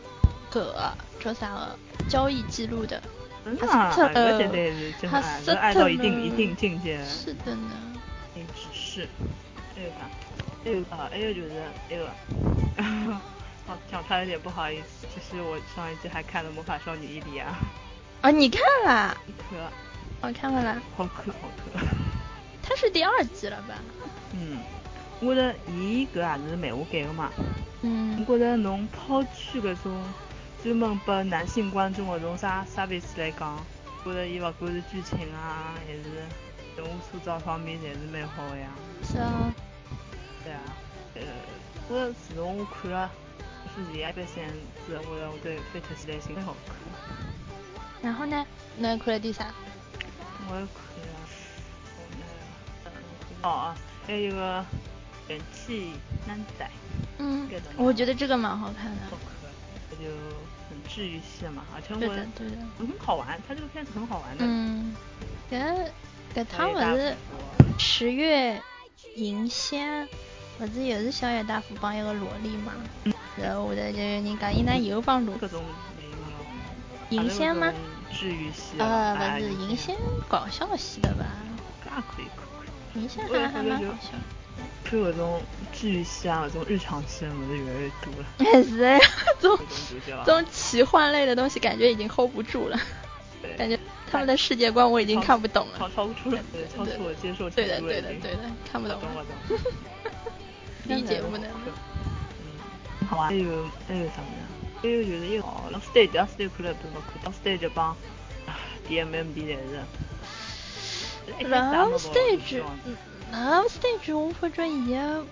Speaker 1: 个叫啥个交易记录的，
Speaker 2: 真的啊，
Speaker 1: 他是特
Speaker 2: 我觉得是真的啊，是爱到一定一定境界，
Speaker 1: 是的呢。
Speaker 2: 哎，只是，还有啥？还有啊，还有就是那个，好讲出来有点不好意思。其实我上一季还看了《魔法少女伊利亚》，
Speaker 1: 啊，你看啦？
Speaker 2: 一颗
Speaker 1: 我看了啦，
Speaker 2: 好看好看。
Speaker 1: 它是第二季了吧？
Speaker 2: 嗯，我觉得伊搿也是漫画改的嘛。我
Speaker 1: 嗯，
Speaker 2: 觉得侬抛去搿种专门拨男性观众搿种啥啥 e 子来讲，觉得伊勿管是剧情啊，还是人物塑造方面，侪是蛮好的呀。
Speaker 1: 是啊，
Speaker 2: 对啊，呃，我自从我看了《就是爱百三》之后，我让我对飞车起来心好看。
Speaker 1: 然后呢？那看了第三，
Speaker 2: 我也看了，我那个，哦啊，还有一个元气男仔，
Speaker 1: 嗯
Speaker 2: 对的呢
Speaker 1: 我觉得这个蛮好看的。
Speaker 2: 好看，这就很治愈系嘛，啊而且我
Speaker 1: 对
Speaker 2: 觉
Speaker 1: 的
Speaker 2: 得，
Speaker 1: 对的。
Speaker 2: 嗯很好玩，它这个片子很好玩的。
Speaker 1: 嗯，搿搿
Speaker 2: 所
Speaker 1: 趟
Speaker 2: 以
Speaker 1: 勿
Speaker 2: 大家
Speaker 1: 是
Speaker 2: 可以
Speaker 1: 十月迎仙，勿是又是小野大夫帮一个萝莉嘛
Speaker 2: 嗯，
Speaker 1: 然后后头就有人讲伊拿油帮萝
Speaker 2: 各种没有。
Speaker 1: 银仙吗？
Speaker 2: 治愈系哎
Speaker 1: 呃，
Speaker 2: 勿
Speaker 1: 勿是银仙，搞笑系的吧？
Speaker 2: 搿也啊可以看看。
Speaker 1: 银仙
Speaker 2: 我也
Speaker 1: 还还
Speaker 2: 觉得
Speaker 1: 蛮
Speaker 2: 就
Speaker 1: 搞笑。
Speaker 2: 看搿种治愈系啊，搿种日常系的物事越来越多了。
Speaker 1: 也是哎， *laughs* 这种
Speaker 2: 各种主角啊
Speaker 1: 这种奇幻类的东西感觉已经 hold 不住了，
Speaker 2: 对
Speaker 1: 感觉他们的世界观我已经看不懂
Speaker 2: 超
Speaker 1: 了。
Speaker 2: 超出了对超出我接受程
Speaker 1: 对的，
Speaker 2: 度了
Speaker 1: 对
Speaker 2: 已
Speaker 1: 的，
Speaker 2: 经
Speaker 1: 对的，看不
Speaker 2: 我
Speaker 1: 懂
Speaker 2: 懂我
Speaker 1: 了
Speaker 2: 懂。
Speaker 1: *laughs* 理解不能。
Speaker 2: 嗯，好啊，还有还有啥物事？还有就是一个哦，那 stage 啊 stage 看了多少看，到 stage 帮 *laughs* 啊 DMMD 来着。哎
Speaker 1: 然后 stage，嗯然后 stage 我发觉伊个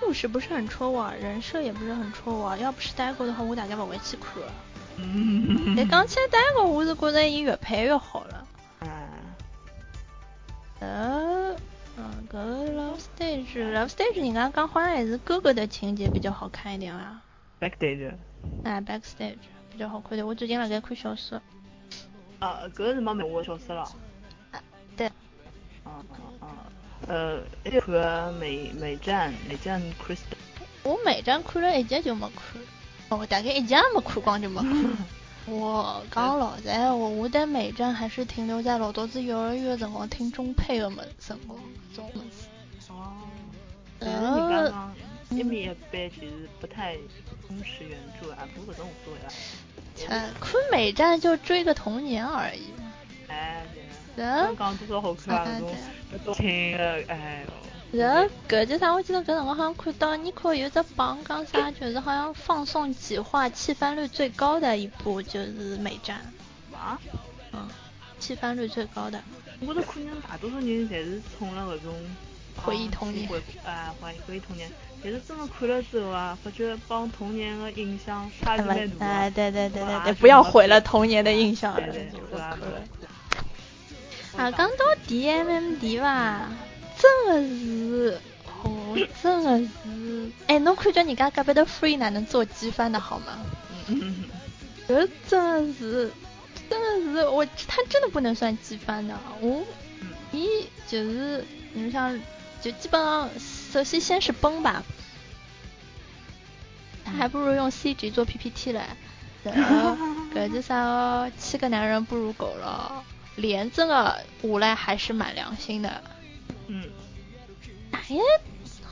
Speaker 1: 故事不是很戳我，人设也不是很戳我，要不是待过的话，我大概不会去
Speaker 2: *laughs*
Speaker 1: 看了。
Speaker 2: 嗯，
Speaker 1: 但
Speaker 2: *laughs*
Speaker 1: 讲起来待过，我是觉得伊越拍越好了。
Speaker 2: 嗯，
Speaker 1: 呃，嗯，搿 Love Stage，Love Stage 人家讲好像还是哥哥的情节比较好看一点啊。
Speaker 2: backstage，
Speaker 1: 哎，Backstage 比较好看一点。我最近辣盖看小说。
Speaker 2: 啊，搿是没美国小说了。
Speaker 1: 啊，对，
Speaker 2: 嗯嗯嗯，呃，还有看美美战美战 Crystal。
Speaker 1: 我每章看了一集就没看，哦我大概一集也没看光就没 *laughs* 看。我讲老实闲话，我对美战还是停留在老早子幼儿园辰光听中配个么辰光，种么子。
Speaker 2: 哦，但是人家
Speaker 1: 呃，
Speaker 2: 讲一米一般其实不太忠实原著啊，不过搿种无所谓啊。
Speaker 1: 切看美战就追个童年而已嘛。
Speaker 2: 哎，对啊，
Speaker 1: 然
Speaker 2: 刚讲多少好看啊，搿种搿种听的，哎哟。
Speaker 1: 然后搿叫啥？我记得搿辰光好像看到尼克有只榜讲啥，就是好像放送企划弃番率最高的一部就是美战，
Speaker 2: 啊，
Speaker 1: 嗯，弃番率最高的。
Speaker 2: 我觉着可能大多数人侪是冲了搿种
Speaker 1: 回忆童年
Speaker 2: 回啊回回忆童年，但是真的看了之后啊，发觉帮童年的印象差距蛮大的。
Speaker 1: 哎，对对对对
Speaker 2: 啊
Speaker 1: 对，不要毁了童年的印象。
Speaker 2: 对对，
Speaker 1: 我
Speaker 2: 是啊
Speaker 1: 可以。
Speaker 2: 是
Speaker 1: 啊，讲到 DMMD 吧，真的是，哦，真的是，哎，侬感觉人家隔壁的 Free 哪能做机翻的好吗？
Speaker 2: 嗯嗯嗯
Speaker 1: 这真的是，真的是，我他真的不能算机翻的，我、
Speaker 2: 嗯
Speaker 1: 伊就是你们像，就基本上首先先是崩吧，他还不如用 CG 做 PPT 嘞。然后搿只啥哦，七个男人不如狗了，连这个下来还是蛮良心的。
Speaker 2: 嗯
Speaker 1: 大概是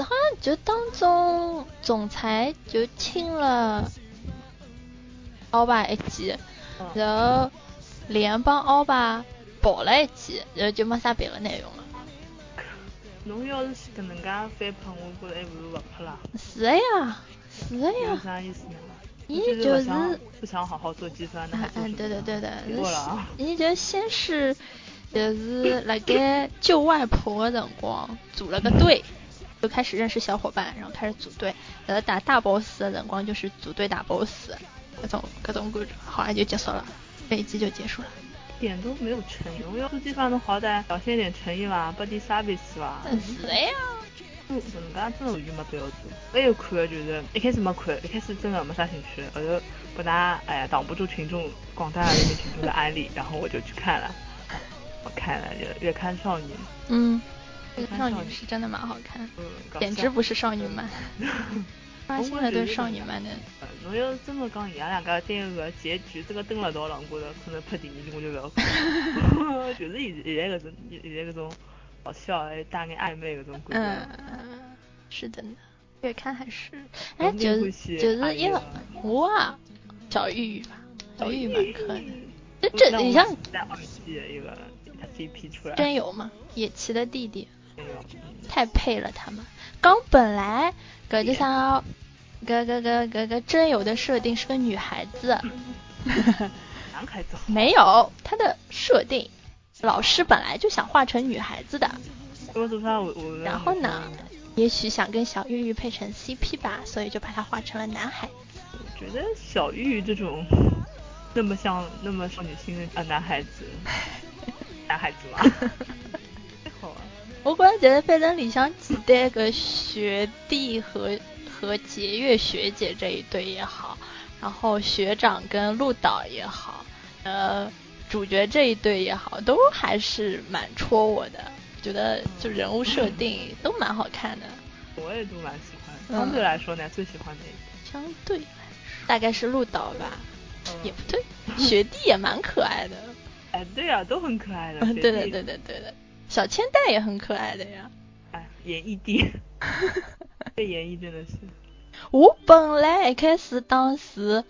Speaker 1: 好像就当中总裁就亲了奥巴一记，
Speaker 2: 嗯，
Speaker 1: 然后连帮奥巴跑了一记，然后就没啥别的内容了。
Speaker 2: 侬要是搿能介翻拍，我觉着还哎不如勿拍了。
Speaker 1: 是的呀，是的
Speaker 2: 有
Speaker 1: 哎呀，
Speaker 2: 啥意思呢？
Speaker 1: 伊
Speaker 2: 就是
Speaker 1: 就
Speaker 2: 不
Speaker 1: 是
Speaker 2: 想不想好好做计算的，
Speaker 1: 啊
Speaker 2: 还做
Speaker 1: 嗯，
Speaker 2: 什
Speaker 1: 对的
Speaker 2: 么
Speaker 1: 对的，
Speaker 2: 结果了啊，
Speaker 1: 伊就先是就是辣盖救外婆的辰光组了个队，就开始认识小伙伴，然后开始组队，然后打大 boss 的辰光就是组队打 boss，各种各种故事好像就结束了，这一季就结束了。
Speaker 2: 一点都没有诚意。我要做计算侬好歹表现点诚意伐，拨点 service 伐。
Speaker 1: 嗯，是的呀，
Speaker 2: 嗯人家真的完全没必要做。哎还有看的就是一开始没看，一开始真的没啥兴趣，后头不大哎呀挡不住群众广大的一些群众的安利，然后我就去看了，我看了就月刊少女，
Speaker 1: 嗯，
Speaker 2: 嗯
Speaker 1: 少女是真的蛮好看，
Speaker 2: 嗯，搞
Speaker 1: 简
Speaker 2: 笑
Speaker 1: 直不是少女
Speaker 2: *laughs*
Speaker 1: 漫。发现了对少女漫的，
Speaker 2: 呃侬要是真的讲伊拉两家对个结局真个蹲辣一道了，我觉着可能拍第二季我就不
Speaker 1: *laughs*
Speaker 2: 要看，就是现现在搿种现在搿种搞笑还有带眼暧昧搿种感
Speaker 1: 嗯
Speaker 2: 觉。，
Speaker 1: 是的呢。越看还是，哎，
Speaker 2: 你
Speaker 1: 就
Speaker 2: 会
Speaker 1: 是
Speaker 2: 写
Speaker 1: 就是
Speaker 2: 哎
Speaker 1: 因为
Speaker 2: 呀
Speaker 1: 我啊，小玉玉吧，小玉玉蛮可爱的。这
Speaker 2: 我
Speaker 1: 这
Speaker 2: 让我
Speaker 1: 你像
Speaker 2: 在二季的一个一个 CP 出来，
Speaker 1: 真有吗？野崎的弟弟
Speaker 2: 没有，嗯
Speaker 1: 太配了，他们。刚本来搿就啥，搿搿搿搿搿真有的设定是个女孩 *laughs* 子，
Speaker 2: 男孩子好
Speaker 1: 没有她的设定，老师本来就想画成女孩子的，
Speaker 2: 我做啥我我
Speaker 1: 然后呢，也许想跟小玉玉配成 CP 吧，所以就把她画成了男孩子。
Speaker 2: 我觉得小玉这种那么像那么少女心的啊男
Speaker 1: *laughs*
Speaker 2: 孩子，男孩子嘛，太好啊，
Speaker 1: 我觉着就是反正里向几对个学弟和和节月学姐这一对也好，然后学长跟鹿岛也好，呃，主角这一对也好，都还是蛮戳我的，觉得就人物设定都蛮好看的。
Speaker 2: 我也都蛮喜欢的，相对来说呢，最喜欢哪一个？
Speaker 1: 嗯相对来说，大概是鹿岛吧，
Speaker 2: 嗯
Speaker 1: 也不
Speaker 2: *laughs*
Speaker 1: 对，雪地也蛮可爱的。
Speaker 2: 哎，对啊，都很可爱的。
Speaker 1: 嗯，
Speaker 2: 学
Speaker 1: 对的，
Speaker 2: 弟
Speaker 1: 对。的，对的。小千代也很可爱的呀。
Speaker 2: 哎，演艺
Speaker 1: *laughs*
Speaker 2: 帝，这演艺真的是，
Speaker 1: 我本来一开始当时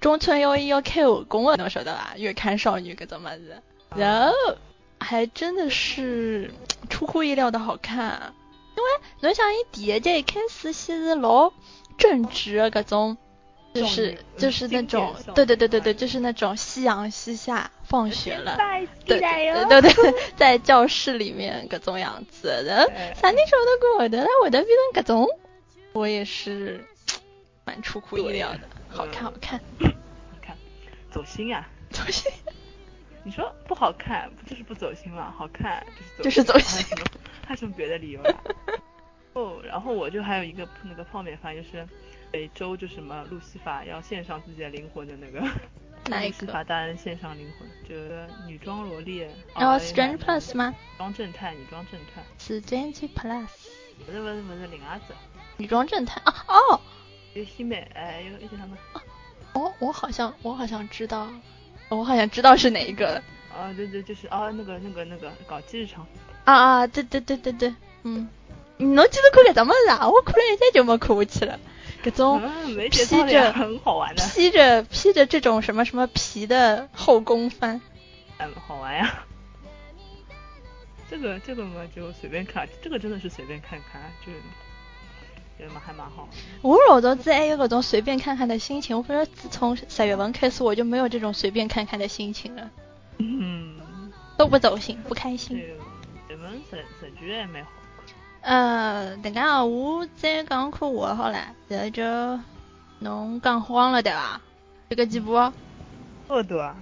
Speaker 1: 中村优一要开后宫的，侬晓得伐？月刊少女搿种物事，然后还真的是出乎意料的好看。因为侬想，伊第一季一开始先是老正直的搿种，就是
Speaker 2: 少女
Speaker 1: 就是那种
Speaker 2: 经典少，女
Speaker 1: 对对对对对，就是那种夕阳西下，放学了，
Speaker 2: 拜
Speaker 1: 对对对 *laughs* 对，在教室里面搿种样子，然后
Speaker 2: 哎
Speaker 1: 啥人晓得过会得，那会得变成搿种，我也是蛮出乎意料的，
Speaker 2: 对
Speaker 1: 好看
Speaker 2: 嗯
Speaker 1: 好看， *laughs*
Speaker 2: *laughs* 你看，走心啊！
Speaker 1: 走心，
Speaker 2: 你说不好看，不就是不走心吗？好看
Speaker 1: 就是走心 *laughs*
Speaker 2: 还有什么还有什么别的理由啊？哦，然后我就还有一个那个泡面番，就是每周就什么路西法要献上自己的灵魂的那个，
Speaker 1: 哪一
Speaker 2: *laughs* 路西法
Speaker 1: 个？
Speaker 2: 大人献上灵魂，就是女装萝莉，
Speaker 1: 然后 Strange 哦 Plus 吗
Speaker 2: 女装正太，女装正太，
Speaker 1: ？Strange Plus
Speaker 2: 不是不是不是另外子，
Speaker 1: 女装正太哦哦
Speaker 2: 有西美，哎，有一些什么，
Speaker 1: 哦，我好像我好像知道，我好像知道是哪一个了
Speaker 2: 啊，对对，就是啊，那个那个那个搞基日常，
Speaker 1: 啊啊！对对对对对，嗯，侬记得看搿种物事啊？我看了一天就没看下去了，搿种。
Speaker 2: 嗯，没节操的
Speaker 1: 披着
Speaker 2: 呀，很好玩啊的，
Speaker 1: 披着披着这种什么什么皮的后宫番，
Speaker 2: 嗯，好玩呀。这个这个嘛就随便看，这个真的是随便看看，就觉得嘛还蛮好。
Speaker 1: 我老早子还有搿种随便看看的心情，我不知道自从十月份开始，我就没有这种随便看看的心情了，
Speaker 2: 嗯，
Speaker 1: 都不走心，不开
Speaker 2: 这
Speaker 1: 心。
Speaker 2: 个日本神神剧也蛮好
Speaker 1: 呃，等下啊我再讲看我好了，然后就侬讲慌了对伐？就搿几部，然
Speaker 2: 看。哦，对啊，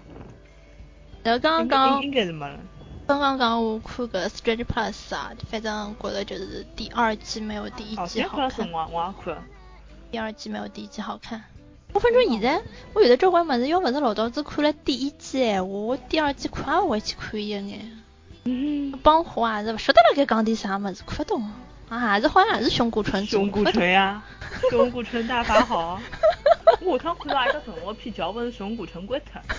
Speaker 1: 后刚刚讲
Speaker 2: 应该是没了。
Speaker 1: 刚刚讲我看搿《Strange Plus》啊，反正觉得就是第二季没有第一
Speaker 2: 哦，
Speaker 1: 季
Speaker 2: 先
Speaker 1: 好
Speaker 2: 看
Speaker 1: 看
Speaker 2: 是。我我也看。
Speaker 1: 第二季没有第一季好看。我反正现在，我有的交关物事，要勿是老早子看了第一季闲话，我第二季看也勿会去看伊个眼。
Speaker 2: 嗯，
Speaker 1: 帮火也是勿晓得辣盖讲点啥物事，看勿懂。啊，也是好像也是胸骨纯
Speaker 2: 熊谷城呀，熊谷城大法
Speaker 1: *laughs*
Speaker 2: 好。啊我刚看到一个什么屁脚，问熊谷城怪特。
Speaker 1: *laughs*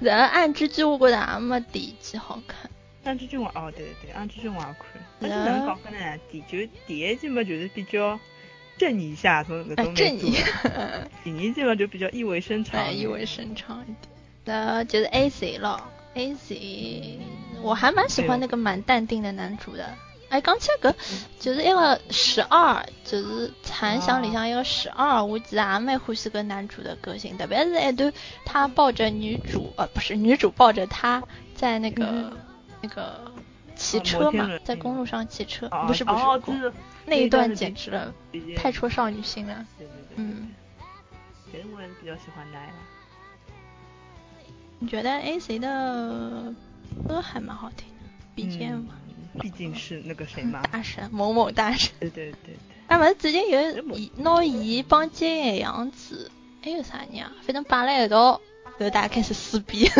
Speaker 1: 然后暗之居我觉得也没第一季好看。
Speaker 2: 安之俊我哦，对对对，安之俊我也看。但是哪能讲法呢？第九第一季嘛，就是比较正一下，从搿
Speaker 1: 哎
Speaker 2: 种，
Speaker 1: 正义， *laughs*
Speaker 2: 第二季嘛就比较意味深长。
Speaker 1: 哎，意味深长一点。然后就是 A Z 咯，A Z，我还蛮喜欢那个蛮淡定的男主的。哎，刚才搿
Speaker 2: 嗯
Speaker 1: 就是一个十二，就是残响里向一个十二，我其实也蛮欢喜搿男主的个性，特别是一段他抱着女主，呃，不是女主抱着他在那个、
Speaker 2: 嗯
Speaker 1: 那个骑
Speaker 2: 啊
Speaker 1: 车
Speaker 2: 摩天
Speaker 1: 嘛
Speaker 2: 轮，
Speaker 1: 在公路上骑车，
Speaker 2: 哦
Speaker 1: 不是不是，
Speaker 2: 哦，
Speaker 1: 公
Speaker 2: 这
Speaker 1: 那
Speaker 2: 那
Speaker 1: 一
Speaker 2: 一段
Speaker 1: 段
Speaker 2: 是
Speaker 1: 简
Speaker 2: 比
Speaker 1: 直了，
Speaker 2: 比较
Speaker 1: 太戳少女心了。
Speaker 2: 对对对，
Speaker 1: 嗯，
Speaker 2: 其实我也是比较喜欢啊奶了。
Speaker 1: 你觉得 A C 的歌还蛮好听的，BGM 嘛、
Speaker 2: 嗯毕竟是那个谁嘛。
Speaker 1: 大神某某大神，
Speaker 2: 对对对对，
Speaker 1: 哎，勿是最近有
Speaker 2: 哎某
Speaker 1: 伊拿伊帮金野洋子，还有啥人啊？反正摆辣一道，然后大家开始撕逼。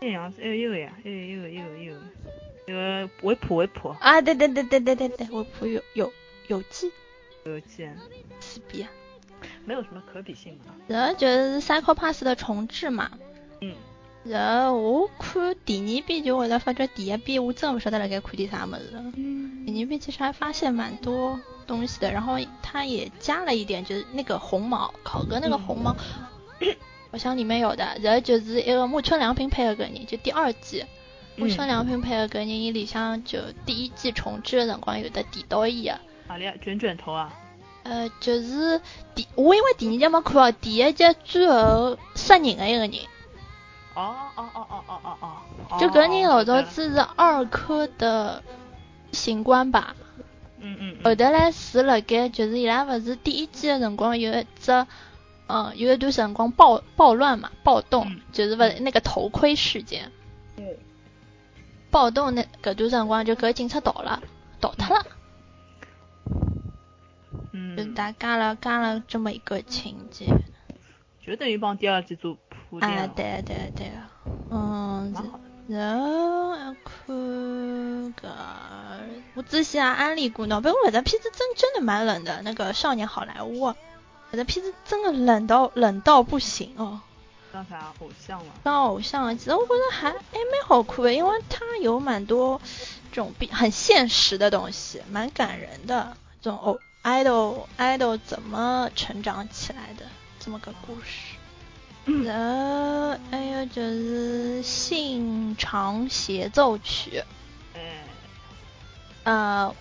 Speaker 2: 那样子，哎呦呀，哎呦呦呦呦，那个维普维普，
Speaker 1: 啊，对对对对对对对，我朋友有有记
Speaker 2: 有见，
Speaker 1: 撕逼啊。
Speaker 2: 没有什么可比性嘛。
Speaker 1: 然后就是《Psycho Pass》的重置嘛，
Speaker 2: 嗯，
Speaker 1: 然后我看第二遍就会得发觉第一遍我真的勿晓得辣盖看点啥物事。
Speaker 2: 嗯，
Speaker 1: 第二遍其实还发现蛮多东西的，然后它也加了一点，就是那个红毛考哥那个红毛，
Speaker 2: 嗯
Speaker 1: *coughs* 好像里面有的，然后就是一个木村良平配的个人，就第二季。
Speaker 2: 嗯
Speaker 1: 木村良平配的个人，伊里向就第一季重置的辰光有的提到伊个，
Speaker 2: 玛利亚嗯卷卷头啊，
Speaker 1: 呃，就是第我因为第二集没看哦，第一集最后杀人的一个人，
Speaker 2: 哦哦哦哦哦哦哦，
Speaker 1: 就搿人老
Speaker 2: 多
Speaker 1: 早，子是二科的刑官吧，
Speaker 2: 嗯嗯，
Speaker 1: 后头来是辣盖，就是伊拉勿是第一季的辰光有一只，嗯，有一段辰光暴暴乱嘛，暴动，
Speaker 2: 嗯
Speaker 1: 就是勿那个头盔事件。
Speaker 2: 嗯
Speaker 1: 暴动那搿段辰光就搿警察逃了，逃脱了，
Speaker 2: 嗯，
Speaker 1: 就大加了加了这么一个情节。
Speaker 2: 就等于帮第二季做铺垫
Speaker 1: 啊，
Speaker 2: 了，
Speaker 1: 对对对，嗯，
Speaker 2: 蛮好的。
Speaker 1: 呃然后看搿，我之前也安利过喏，不过搿只片子真真的蛮冷的，那个《少年好莱坞》啊，搿只片子真的冷到冷到不行哦。
Speaker 2: 当啥偶像嘛？
Speaker 1: 当偶像，其实我觉得还还蛮好看的，因为它有蛮多这种比很现实的东西，蛮感人的。这种偶 idol idol 怎么成长起来的这么个故事。嗯呃
Speaker 2: *laughs*
Speaker 1: 然后还有就是《信长协奏曲》，
Speaker 2: 哎，
Speaker 1: 呃，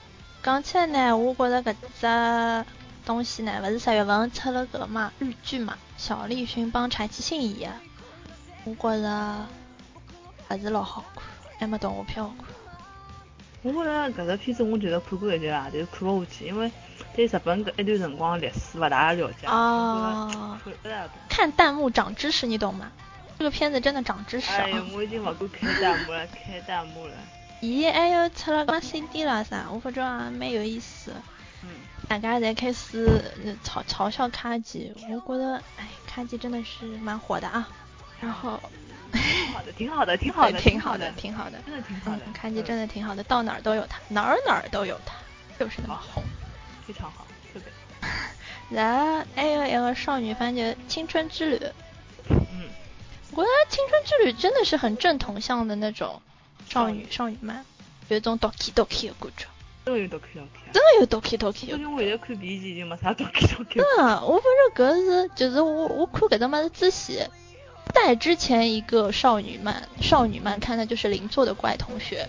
Speaker 1: 讲起来呢，我觉着搿只东西呢，勿是十月份出了搿个嘛，日剧嘛，小栗旬帮柴崎幸演的，我觉着还是老好看，还没动画片好看。
Speaker 2: 我觉着搿只片子我其实看过一集啦，但是看勿下去，因为对日本搿一段辰光历史勿大了解，
Speaker 1: 哦
Speaker 2: 我觉着看勿大懂。
Speaker 1: 看弹幕长知识，你懂吗？这个片子真的长知识啊！
Speaker 2: 哎呀，我已经勿敢开弹幕了，开弹幕了。
Speaker 1: 伊还有出了个 CD 啦啥，我发觉也蛮啊有意思的。
Speaker 2: 嗯，
Speaker 1: 大家侪开始呃嘲嘲笑卡吉，我觉得，哎，卡吉真的是蛮火的啊。然后，
Speaker 2: 挺好的，挺好的，挺
Speaker 1: *laughs*
Speaker 2: 好的，
Speaker 1: 对挺好挺好
Speaker 2: 的，
Speaker 1: 的，
Speaker 2: 真的挺好的
Speaker 1: 嗯，，卡吉真的挺好的，到哪儿都有他，哪儿哪儿都有他，就是那么红。 *laughs*
Speaker 2: 非常好，特别。
Speaker 1: 然后还有一个少女番就《青春之旅》，
Speaker 2: 嗯，
Speaker 1: 我觉得《青春之旅》真的是很正统向的那种少女少女漫，有一种 doki doki 的感觉，
Speaker 2: 这个有都看要看。
Speaker 1: 真的有 doki doki
Speaker 2: 最
Speaker 1: 的
Speaker 2: 近我现在看第一集已经没啥都看都看。
Speaker 1: 嗯，我不是搿是，就是我我看搿只么子之前，在之前一个少女漫，少女漫看的就是邻座的怪同学，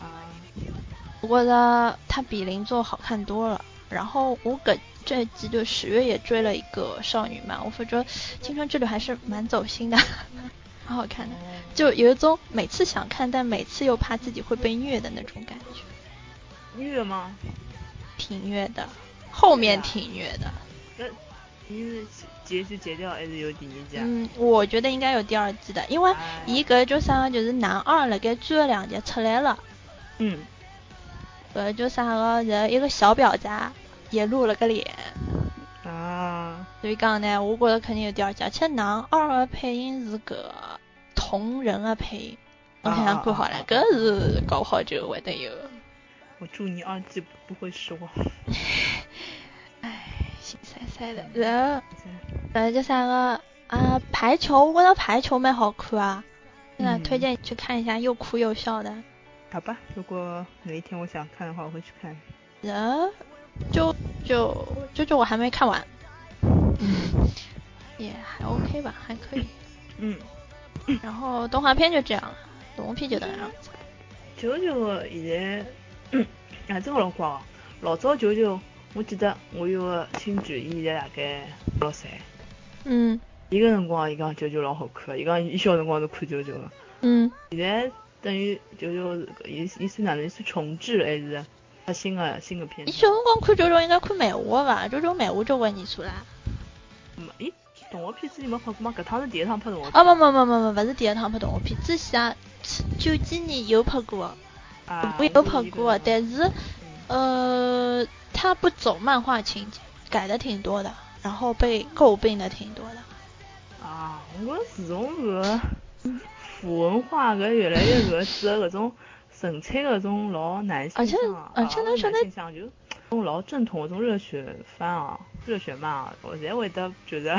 Speaker 2: 啊，
Speaker 1: 不过呢，它比邻座好看多了。然后我搿这一季就十月也追了一个少女漫，我发觉《青春之旅》还是蛮走心的， *laughs* 蛮好看的，就有一种每次想看，但每次又怕自己会被虐的那种感觉，
Speaker 2: 虐吗？
Speaker 1: 挺虐的，后面挺虐的。
Speaker 2: 那你是结局结掉还是有第一哎集啊？
Speaker 1: 嗯，我觉得应该有第二季的，因为伊搿叫啥个，就是男二辣盖最后两集出来了，
Speaker 2: 嗯，
Speaker 1: 搿叫啥个，然后一个小婊砸也露了个脸，
Speaker 2: 啊，
Speaker 1: 所以讲呢，我觉得肯定有第二季，而且男二的配音是搿同人的配音，我想想看好了，搿是搞不好就会得有，
Speaker 2: 我祝你二季不不会失望。
Speaker 1: 唉，心塞塞的，
Speaker 2: 嗯
Speaker 1: 然后。呃，这三个啊，排球，我觉得排球蛮好看啊，真的、
Speaker 2: 嗯
Speaker 1: 推荐你去看一下，又哭又笑的。
Speaker 2: 好吧，如果哪一天我想看的话，我会去看。
Speaker 1: 然后就就就就我还没看完，也还 OK 吧，还 *laughs* 可以。
Speaker 2: 嗯，
Speaker 1: 然后动画片就这样了，动画片就那样子。
Speaker 2: 九九现在，啊，这个辰光哦，老早九九，我记得我有个亲眷，伊现在大概六岁，
Speaker 1: 嗯
Speaker 2: 伊个辰光伊讲九九老好看，伊讲伊小辰光是看九九的。
Speaker 1: 嗯，
Speaker 2: 现在等于九九，伊伊算哪能？伊算重置还是他新的新的片
Speaker 1: 你
Speaker 2: 子？
Speaker 1: 小辰光看九九应该看漫画吧？九九漫画交关年数啦。
Speaker 2: 没，咦，嗯动画片子里没拍过吗？搿趟是第一趟拍动画片
Speaker 1: 啊不不不不不，勿是第一趟拍动画片，之前九几年有拍过，
Speaker 2: 啊，
Speaker 1: 我有拍过，但是。
Speaker 2: 嗯
Speaker 1: 呃，他不走漫画情节，改的挺多的，然后被诟病的挺多的。
Speaker 2: 啊，我觉着自从搿个
Speaker 1: 嗯
Speaker 2: 腐文化搿越来越搿个指搿种纯粹搿种老男性向啊，
Speaker 1: 而且而且
Speaker 2: 啊
Speaker 1: 侬晓得
Speaker 2: 男性向就是搿种老正统搿种热血番啊，热血漫啊，我侪会得觉得，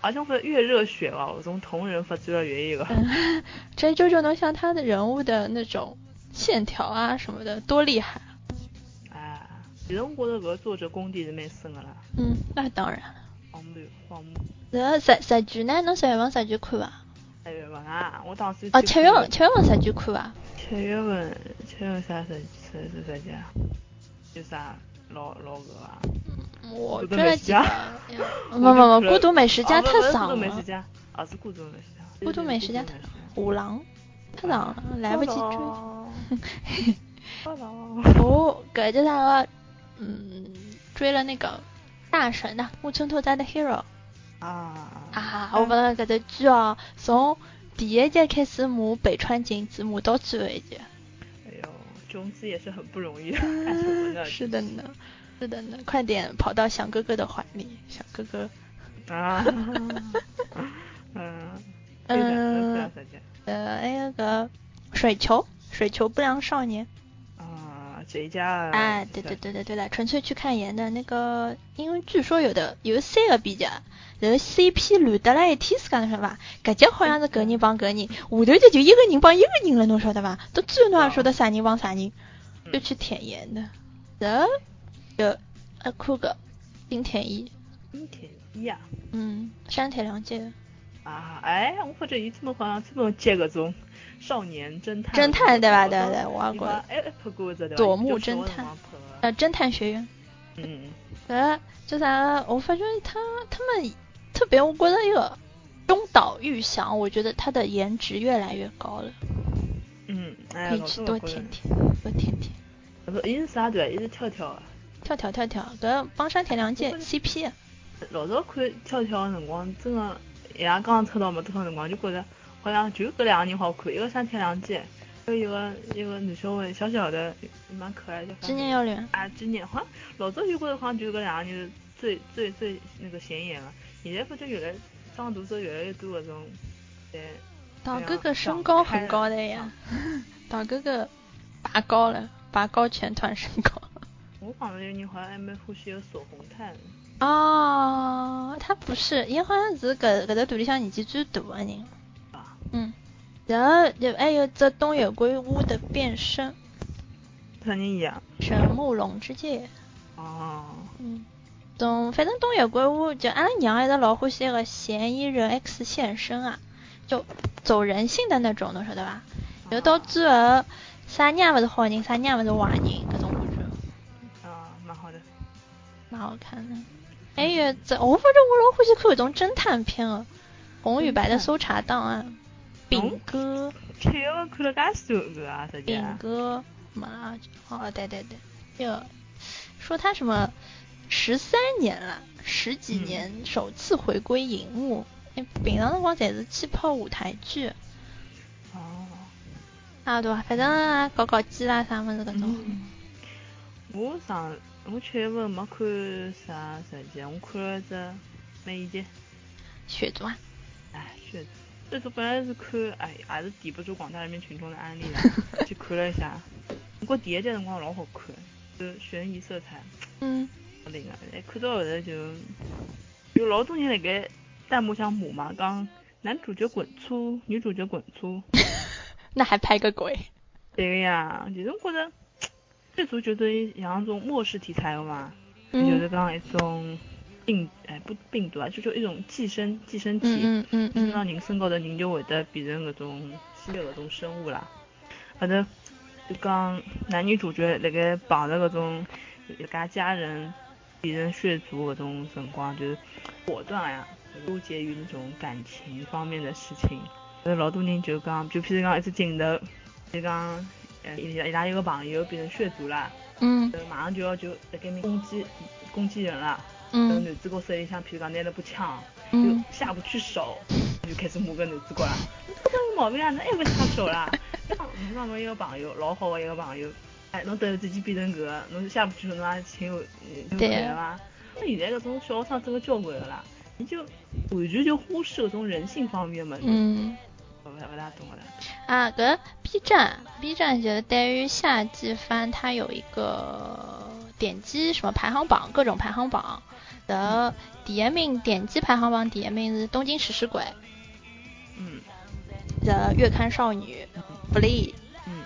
Speaker 2: 而且我觉得越热血哦，搿种同人发展了越一个。
Speaker 1: 嗯 *laughs* 这就就能像他的人物的那种线条啊什么的，多厉害！啊
Speaker 2: 哎，其实我觉着搿作者功底是蛮深的啦，
Speaker 1: 嗯，呃那当然了。
Speaker 2: 荒木荒木
Speaker 1: 然后十十剧呢？侬十月份十剧看伐？
Speaker 2: 七月份啊，我当时
Speaker 1: 哦，
Speaker 2: 去
Speaker 1: 七月
Speaker 2: 看
Speaker 1: 份七月份十剧看伐？
Speaker 2: 七月份七月份啥时啥啥啥节啊？有啥老老搿个啊？
Speaker 1: 我
Speaker 2: 孤独
Speaker 1: 追了
Speaker 2: 美食
Speaker 1: 几
Speaker 2: 家
Speaker 1: 个。不嗯不不，孤独美食家
Speaker 2: 哦
Speaker 1: 太
Speaker 2: 不是
Speaker 1: 长
Speaker 2: 孤独美食
Speaker 1: 了，
Speaker 2: 家，啊是孤独美食家，对
Speaker 1: 孤独美食家
Speaker 2: 对对
Speaker 1: 五郎太长了，来嗯不及追。
Speaker 2: *laughs* 追。不懂
Speaker 1: 哦，搿就是那个，嗯，追了那个大神呐、木村拓哉的 Hero
Speaker 2: 啊
Speaker 1: 啊，我不知道搿只剧哦，从第一集开始骂北川景子，骂到最后一集。
Speaker 2: 哎呦，种子也是很不容易啊的，但是我那
Speaker 1: 嗯是的呢，是的呢，快点跑到小哥哥的怀里，小哥哥。
Speaker 2: 啊， *laughs* 嗯，对的，那
Speaker 1: 嗯哎
Speaker 2: 是，啥节？
Speaker 1: 呃，还有个水球，水球不良少年，
Speaker 2: 啊，谁家的？
Speaker 1: 哎，对对对对对了，纯粹去看演的那个，因为据说有的有三个编辑，然后 CP 乱得来一天是讲侬晓得伐？搿集好像是搿人帮搿人，下头集就一个人帮一个人了，侬晓得伐？到最后侬也勿晓得啥人帮啥人，就去舔盐的，然后有还看个金田一，
Speaker 2: 金田一啊，
Speaker 1: 嗯，山田凉介，
Speaker 2: 啊，哎，我发觉伊这么好像专门接搿种少年侦探，
Speaker 1: 侦探对伐？对
Speaker 2: 吧
Speaker 1: 对，我也觉得，
Speaker 2: 哎，哎拍过一只对吧
Speaker 1: 朵木
Speaker 2: 19
Speaker 1: 侦
Speaker 2: 我也
Speaker 1: 探
Speaker 2: 忘拍了
Speaker 1: 呃，侦探学院。
Speaker 2: 嗯，嗯
Speaker 1: 呃，就啥，我发觉他他们特别，我觉得那个中岛裕翔，我觉得他的颜值越来越高了，
Speaker 2: 嗯，哎，
Speaker 1: 可以
Speaker 2: 老
Speaker 1: 去
Speaker 2: 早
Speaker 1: 多
Speaker 2: 拍
Speaker 1: 听
Speaker 2: 了
Speaker 1: 听，多听听。
Speaker 2: 啊不，伊是啥队啊？伊是跳跳啊。
Speaker 1: 跳跳跳跳，搿帮山田凉介 CP，
Speaker 2: 老早看跳跳的辰光，真的伊拉刚出道没多少辰光，就觉着好像就搿两个人好看，一个山田凉介，还有一个一个男小孩，小小的，蛮可爱的。
Speaker 1: 今年要脸，
Speaker 2: 啊，今年好像老早就觉着好像就搿两个人是最最最那个显眼的。现在发觉越来长大之后越来越多搿种，呃，
Speaker 1: 岛
Speaker 2: 这
Speaker 1: 哥
Speaker 2: 样
Speaker 1: 哥
Speaker 2: 长
Speaker 1: 身高
Speaker 2: 开
Speaker 1: 很
Speaker 2: 了
Speaker 1: 高的呀，
Speaker 2: *laughs*
Speaker 1: 岛哥哥拔高了，拔高全团身
Speaker 2: *laughs*
Speaker 1: 高。
Speaker 2: 我好像有人好像还蛮欢喜有索红炭的。
Speaker 1: 哦，他不是，伊好像是搿搿只队里向年纪最大的人。
Speaker 2: 啊
Speaker 1: 嗯，然后有还有这东野圭吾的变身，
Speaker 2: 啥人演啊？
Speaker 1: 神木龙之介。
Speaker 2: 哦，
Speaker 1: 嗯，总反正东野圭吾就阿拉娘一直老欢喜那个嫌疑人 X 现身啊，就走人性的那种，侬晓得伐？然后到最后，啥人也勿是好人，啥人也勿是坏人，搿种感觉。
Speaker 2: 啊，蛮好的。
Speaker 1: 蛮好看的。还有这，我反正我老欢喜看搿种侦探片哦，《红与白的搜查档案》，饼哥，
Speaker 2: 这个看了介许多啊，实际
Speaker 1: 饼
Speaker 2: 啊。
Speaker 1: 哥，嘛，哦，对对对，哟，说他什么十三年了，十几
Speaker 2: 嗯
Speaker 1: 年首次回归荧幕，哎平常辰光侪是去拍舞台剧，
Speaker 2: 哦，
Speaker 1: 啊对吧？反正啊搞搞基啦啥么子搿种，
Speaker 2: 嗯我上我七月份没看啥实际，我看了一只《美剧》，
Speaker 1: 血族啊，
Speaker 2: 哎，确实，这次本来是看，哎，还是抵不住广大人民群众的安利啦，去看了一下。不过第一集辰光老好看，就悬疑色彩
Speaker 1: 嗯， *laughs*
Speaker 2: 老灵啊，哎，看到后头就有老多人辣盖弹幕上骂嘛，讲男主角滚粗，女主角滚粗。
Speaker 1: 那还拍个鬼？
Speaker 2: 对个呀，其实我觉着，剧组就是像种末世题材的嘛，就是
Speaker 1: 嗯
Speaker 2: 讲一种病，哎，不病毒啊，就就一种寄生寄生体，
Speaker 1: 嗯嗯
Speaker 2: 寄生
Speaker 1: 嗯
Speaker 2: 到
Speaker 1: 嗯，
Speaker 2: 人身高头，人就会得变成搿种新的搿种生物啦。反正就讲男女主角辣盖碰着搿种一家家人变成血族搿种辰光，就是果断呀，纠结于那种感情方面的事情。有老多人就讲，就譬如讲一只镜头，就讲呃伊拉伊拉有个朋友变成血族啦，
Speaker 1: 嗯
Speaker 2: 呃马上就要就辣盖面攻击攻击人了。搿
Speaker 1: 嗯
Speaker 2: 男主角手里向譬如讲拿了把枪。就
Speaker 1: 嗯，
Speaker 2: 下不去手，就开始骂搿男主角啦，这个有毛病啊，侬还勿下手啦？然后侬上面一个朋友，老好个一个朋友，哎，侬等自己变成搿个，侬下不去手，侬也情有有
Speaker 1: 对啊
Speaker 2: 可能伐？那现在搿种小学生真个交关个啦，你就完全就忽视搿种人性方面嘛，侬
Speaker 1: 嗯。
Speaker 2: 勿勿大懂个啦。
Speaker 1: 啊，搿 B 站，B 站觉得对于夏季番，它有一个点击什么排行榜，各种排行榜的第一名，点击排行榜第一名是《东京食尸鬼
Speaker 2: 嗯》
Speaker 1: 的《月刊少女》Blee，
Speaker 2: 嗯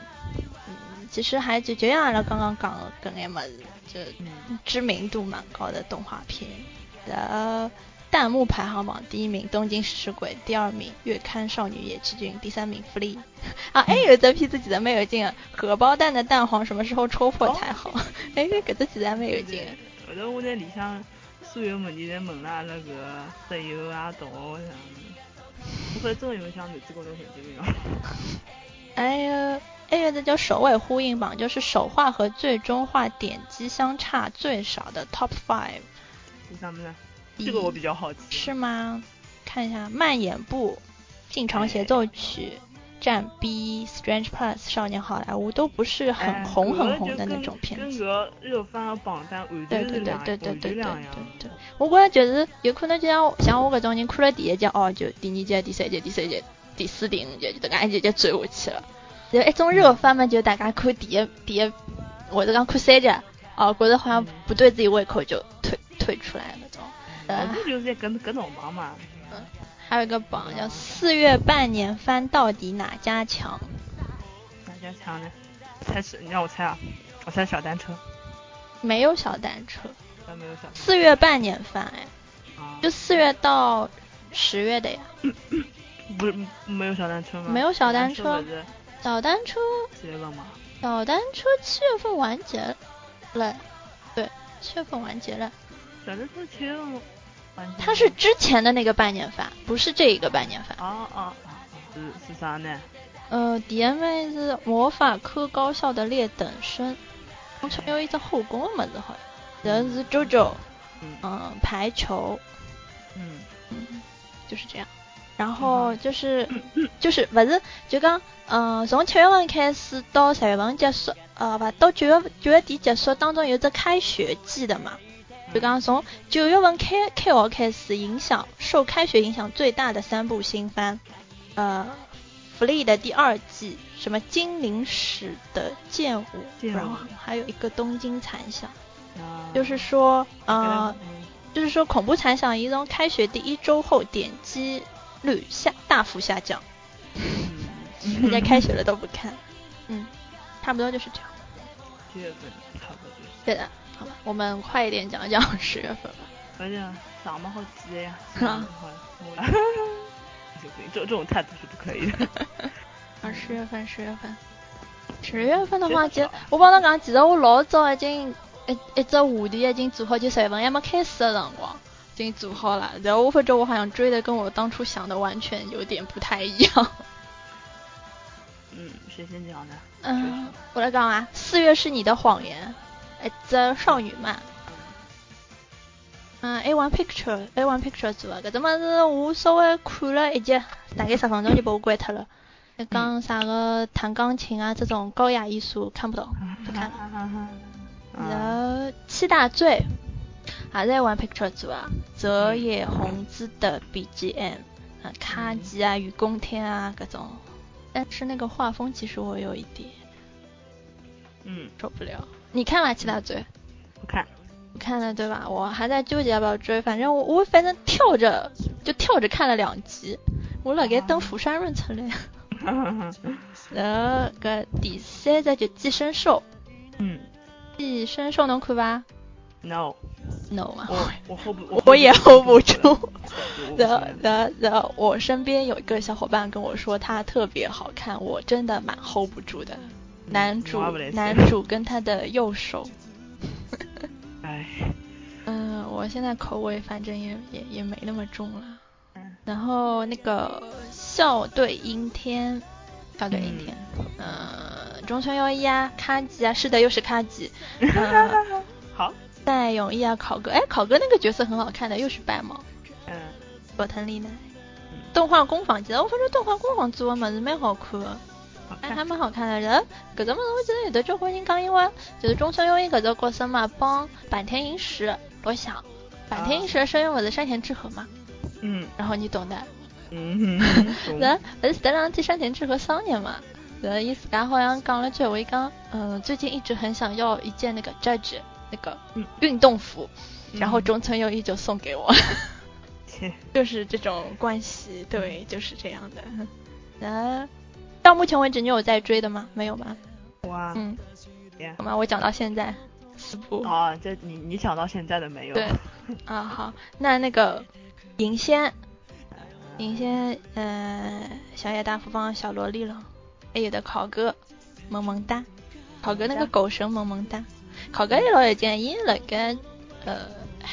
Speaker 1: 嗯，其实还就就像阿拉刚刚讲的搿眼物事，就
Speaker 2: 嗯，
Speaker 1: 知名度蛮高的动画片。然后弹幕排行榜第一名《东京食尸鬼》，第二名《月刊少女野崎君》，第三名《福利》。啊，还有这片子其实蛮有劲的，荷包蛋的蛋黄什么时候戳破才好？ *laughs* 哎，搿只其实还蛮有劲的。啊
Speaker 2: 后头我在里向所有问题侪问了阿拉搿室友啊、同学啥的，我发觉真个有像男主角都神经病哦。 *laughs*
Speaker 1: 哎呦，还有这叫首尾呼应榜，就是首画和最终画点击相差最少的 Top Five。
Speaker 2: 是什么呢？这个我比较好奇。
Speaker 1: 是吗？看一下慢眼部、进场
Speaker 2: 哎
Speaker 1: 协奏曲、占 B、Strange Plus、少年好莱坞都不是
Speaker 2: 哎
Speaker 1: 很红很红的那种片
Speaker 2: 跟
Speaker 1: 子。
Speaker 2: 个热番的榜单完
Speaker 1: 对
Speaker 2: 全
Speaker 1: 对对
Speaker 2: 是两
Speaker 1: 对对对对对
Speaker 2: 两样。
Speaker 1: 对，我觉着就是有可能就像像我搿种人看了第一集哦，就第二集、第三集、第四集、第四、
Speaker 2: 嗯
Speaker 1: 第五集就迭个一集集追下去了。然后一种热番嘛，就大家看第一第一或者讲看三集，哦，觉着好像
Speaker 2: 嗯
Speaker 1: 不对自己胃口就退退出来那种。
Speaker 2: 哎我
Speaker 1: 呃，
Speaker 2: 不就是在搿搿种忙嘛。
Speaker 1: 嗯还有一个榜叫四月半年番到底哪家强？
Speaker 2: 哪家强呢？猜是你让我猜啊，我猜小单车，
Speaker 1: 没有小单车，
Speaker 2: 但没有小单
Speaker 1: 四月半年番哎，
Speaker 2: 车啊，
Speaker 1: 就四月到十月的呀。
Speaker 2: 不是没有小单车吗？
Speaker 1: 没有小单车
Speaker 2: 车不是
Speaker 1: 小单车，
Speaker 2: 结了吗？
Speaker 1: 小单车七月份完结了，对，七月份完结了。
Speaker 2: 小单车结了吗？完结了
Speaker 1: 它是之前的那个半年番，不是这一个半年番。
Speaker 2: 哦哦哦，是是啥呢？
Speaker 1: 呃，DMA 是魔法科高校的劣等生，好像有一只后宫的么子好像。人是 JoJo，
Speaker 2: 嗯
Speaker 1: 嗯，排球，
Speaker 2: 嗯
Speaker 1: 嗯，就是这样。然后就是 *coughs* 就是不是就讲，嗯，从七月份开始到十月份结束，呃，不到九月九月底结束，当中有只开学季的
Speaker 2: 嗯
Speaker 1: 嘛，就讲从九月份开开学开始，影响受开学影响最大的三部新番，呃，《Free》的第二季，什么《精灵使的剑舞》，
Speaker 2: 剑舞
Speaker 1: 然后还有一个《东京残响》，
Speaker 2: 啊
Speaker 1: 就是说，呃
Speaker 2: 嗯，
Speaker 1: 就是说恐怖残响一中开学第一周后点击率下大幅下降，
Speaker 2: *laughs* 嗯
Speaker 1: 人家开学了都不看，嗯，差不多就是这样。
Speaker 2: 七月份差不多就是，
Speaker 1: 对的，好吧，我们快一点讲讲十月份吧。
Speaker 2: 反正嗓门好急的呀，
Speaker 1: 是吧
Speaker 2: 嗓门好 *laughs* 我就可以，这这种态度是不可以 *laughs* 的。
Speaker 1: *laughs* 啊，十月份，十月份，十月份的话，
Speaker 2: 真
Speaker 1: 其
Speaker 2: 的
Speaker 1: 实
Speaker 2: 是啊
Speaker 1: 我帮侬讲，其实我老早已经一一只话题已经做好，就十月份还没开始的辰光已经做好了。然后我发觉我好像追的跟我当初想的完全有点不太一样。
Speaker 2: 嗯，谁先讲呢？
Speaker 1: 嗯，我来讲啊，《四月是你的谎言》，一只少女漫。嗯，A One Picture A One Picture 啊做的，搿只物事我稍微看了一集，大概十分钟就把我关脱了。讲啥个弹钢琴啊这种高雅艺术看不懂，不看。
Speaker 2: 啊，
Speaker 1: 然后七大罪，也是 A One Picture 做的，泽野弘之的 BGM，啊，卡吉啊、雨宫天啊各种，但是那个画风其实我有一点。
Speaker 2: 嗯，
Speaker 1: 受不了。你看了《七大罪》？
Speaker 2: 不看， *laughs*
Speaker 1: 我看了对吧？我还在纠结要不要追，反正我我反正跳着就跳着看了两集，我辣盖等釜山论出来。然后搿第三只就《寄生兽
Speaker 2: 嗯》，
Speaker 1: 《寄生兽》侬看伐
Speaker 2: ，no，
Speaker 1: ？no 啊，
Speaker 2: 我我 hold 不，
Speaker 1: 我也 hold 不住。
Speaker 2: 我
Speaker 1: 然后然后然后我身边有一个小伙伴跟我说他特别好看，我真的蛮 hold 不住的。男主
Speaker 2: 我也不来塞
Speaker 1: 男主跟他的右手，
Speaker 2: 哎，
Speaker 1: 嗯，我现在口味反正也也也没那么重了。
Speaker 2: 嗯
Speaker 1: 然后那个校对阴天，校对阴天，呃，中村优一啊，卡吉啊，是的，又是卡 *laughs* 吉，呃
Speaker 2: *laughs* 好，
Speaker 1: 戴永义啊，考哥，哎，考哥那个角色很好看的，又是白毛，
Speaker 2: 嗯，
Speaker 1: 佐藤丽奈。动画工坊，其实我发觉动画工坊做的么子蛮好看的，
Speaker 2: 好
Speaker 1: 哎，还
Speaker 2: 看，
Speaker 1: 蛮好看的。然后搿只物事我记得有的交关人讲，因为就是中村优一搿只角色嘛，帮坂田银时老像，坂田银时的声优勿是山田智和嘛，
Speaker 2: 嗯
Speaker 1: 然后你懂的。
Speaker 2: 嗯，
Speaker 1: *laughs*
Speaker 2: 懂
Speaker 1: 然后勿是前两天山田智和生日嘛，然后伊自家好像讲了句话，伊讲，嗯，最近一直很想要一件那个 Judge 那个
Speaker 2: 嗯
Speaker 1: 运动服，
Speaker 2: 嗯
Speaker 1: 然后中村优一就送给我，
Speaker 2: 切
Speaker 1: *laughs* 就是这种关系，对，就是这样的。然后嗯到目前为止，你有在追的吗？没有吧？
Speaker 2: 哇，
Speaker 1: 嗯，
Speaker 2: 耶
Speaker 1: 好吗？我讲到现在四部，
Speaker 2: 哦，这你你讲到现在的没有？
Speaker 1: 对，啊，好，那那个银仙，
Speaker 2: 哎
Speaker 1: 银仙，呃，小野大富帮小萝莉了，还有的考哥，萌萌哒，考哥那个狗神萌萌哒，考哥也老有见，伊辣盖呃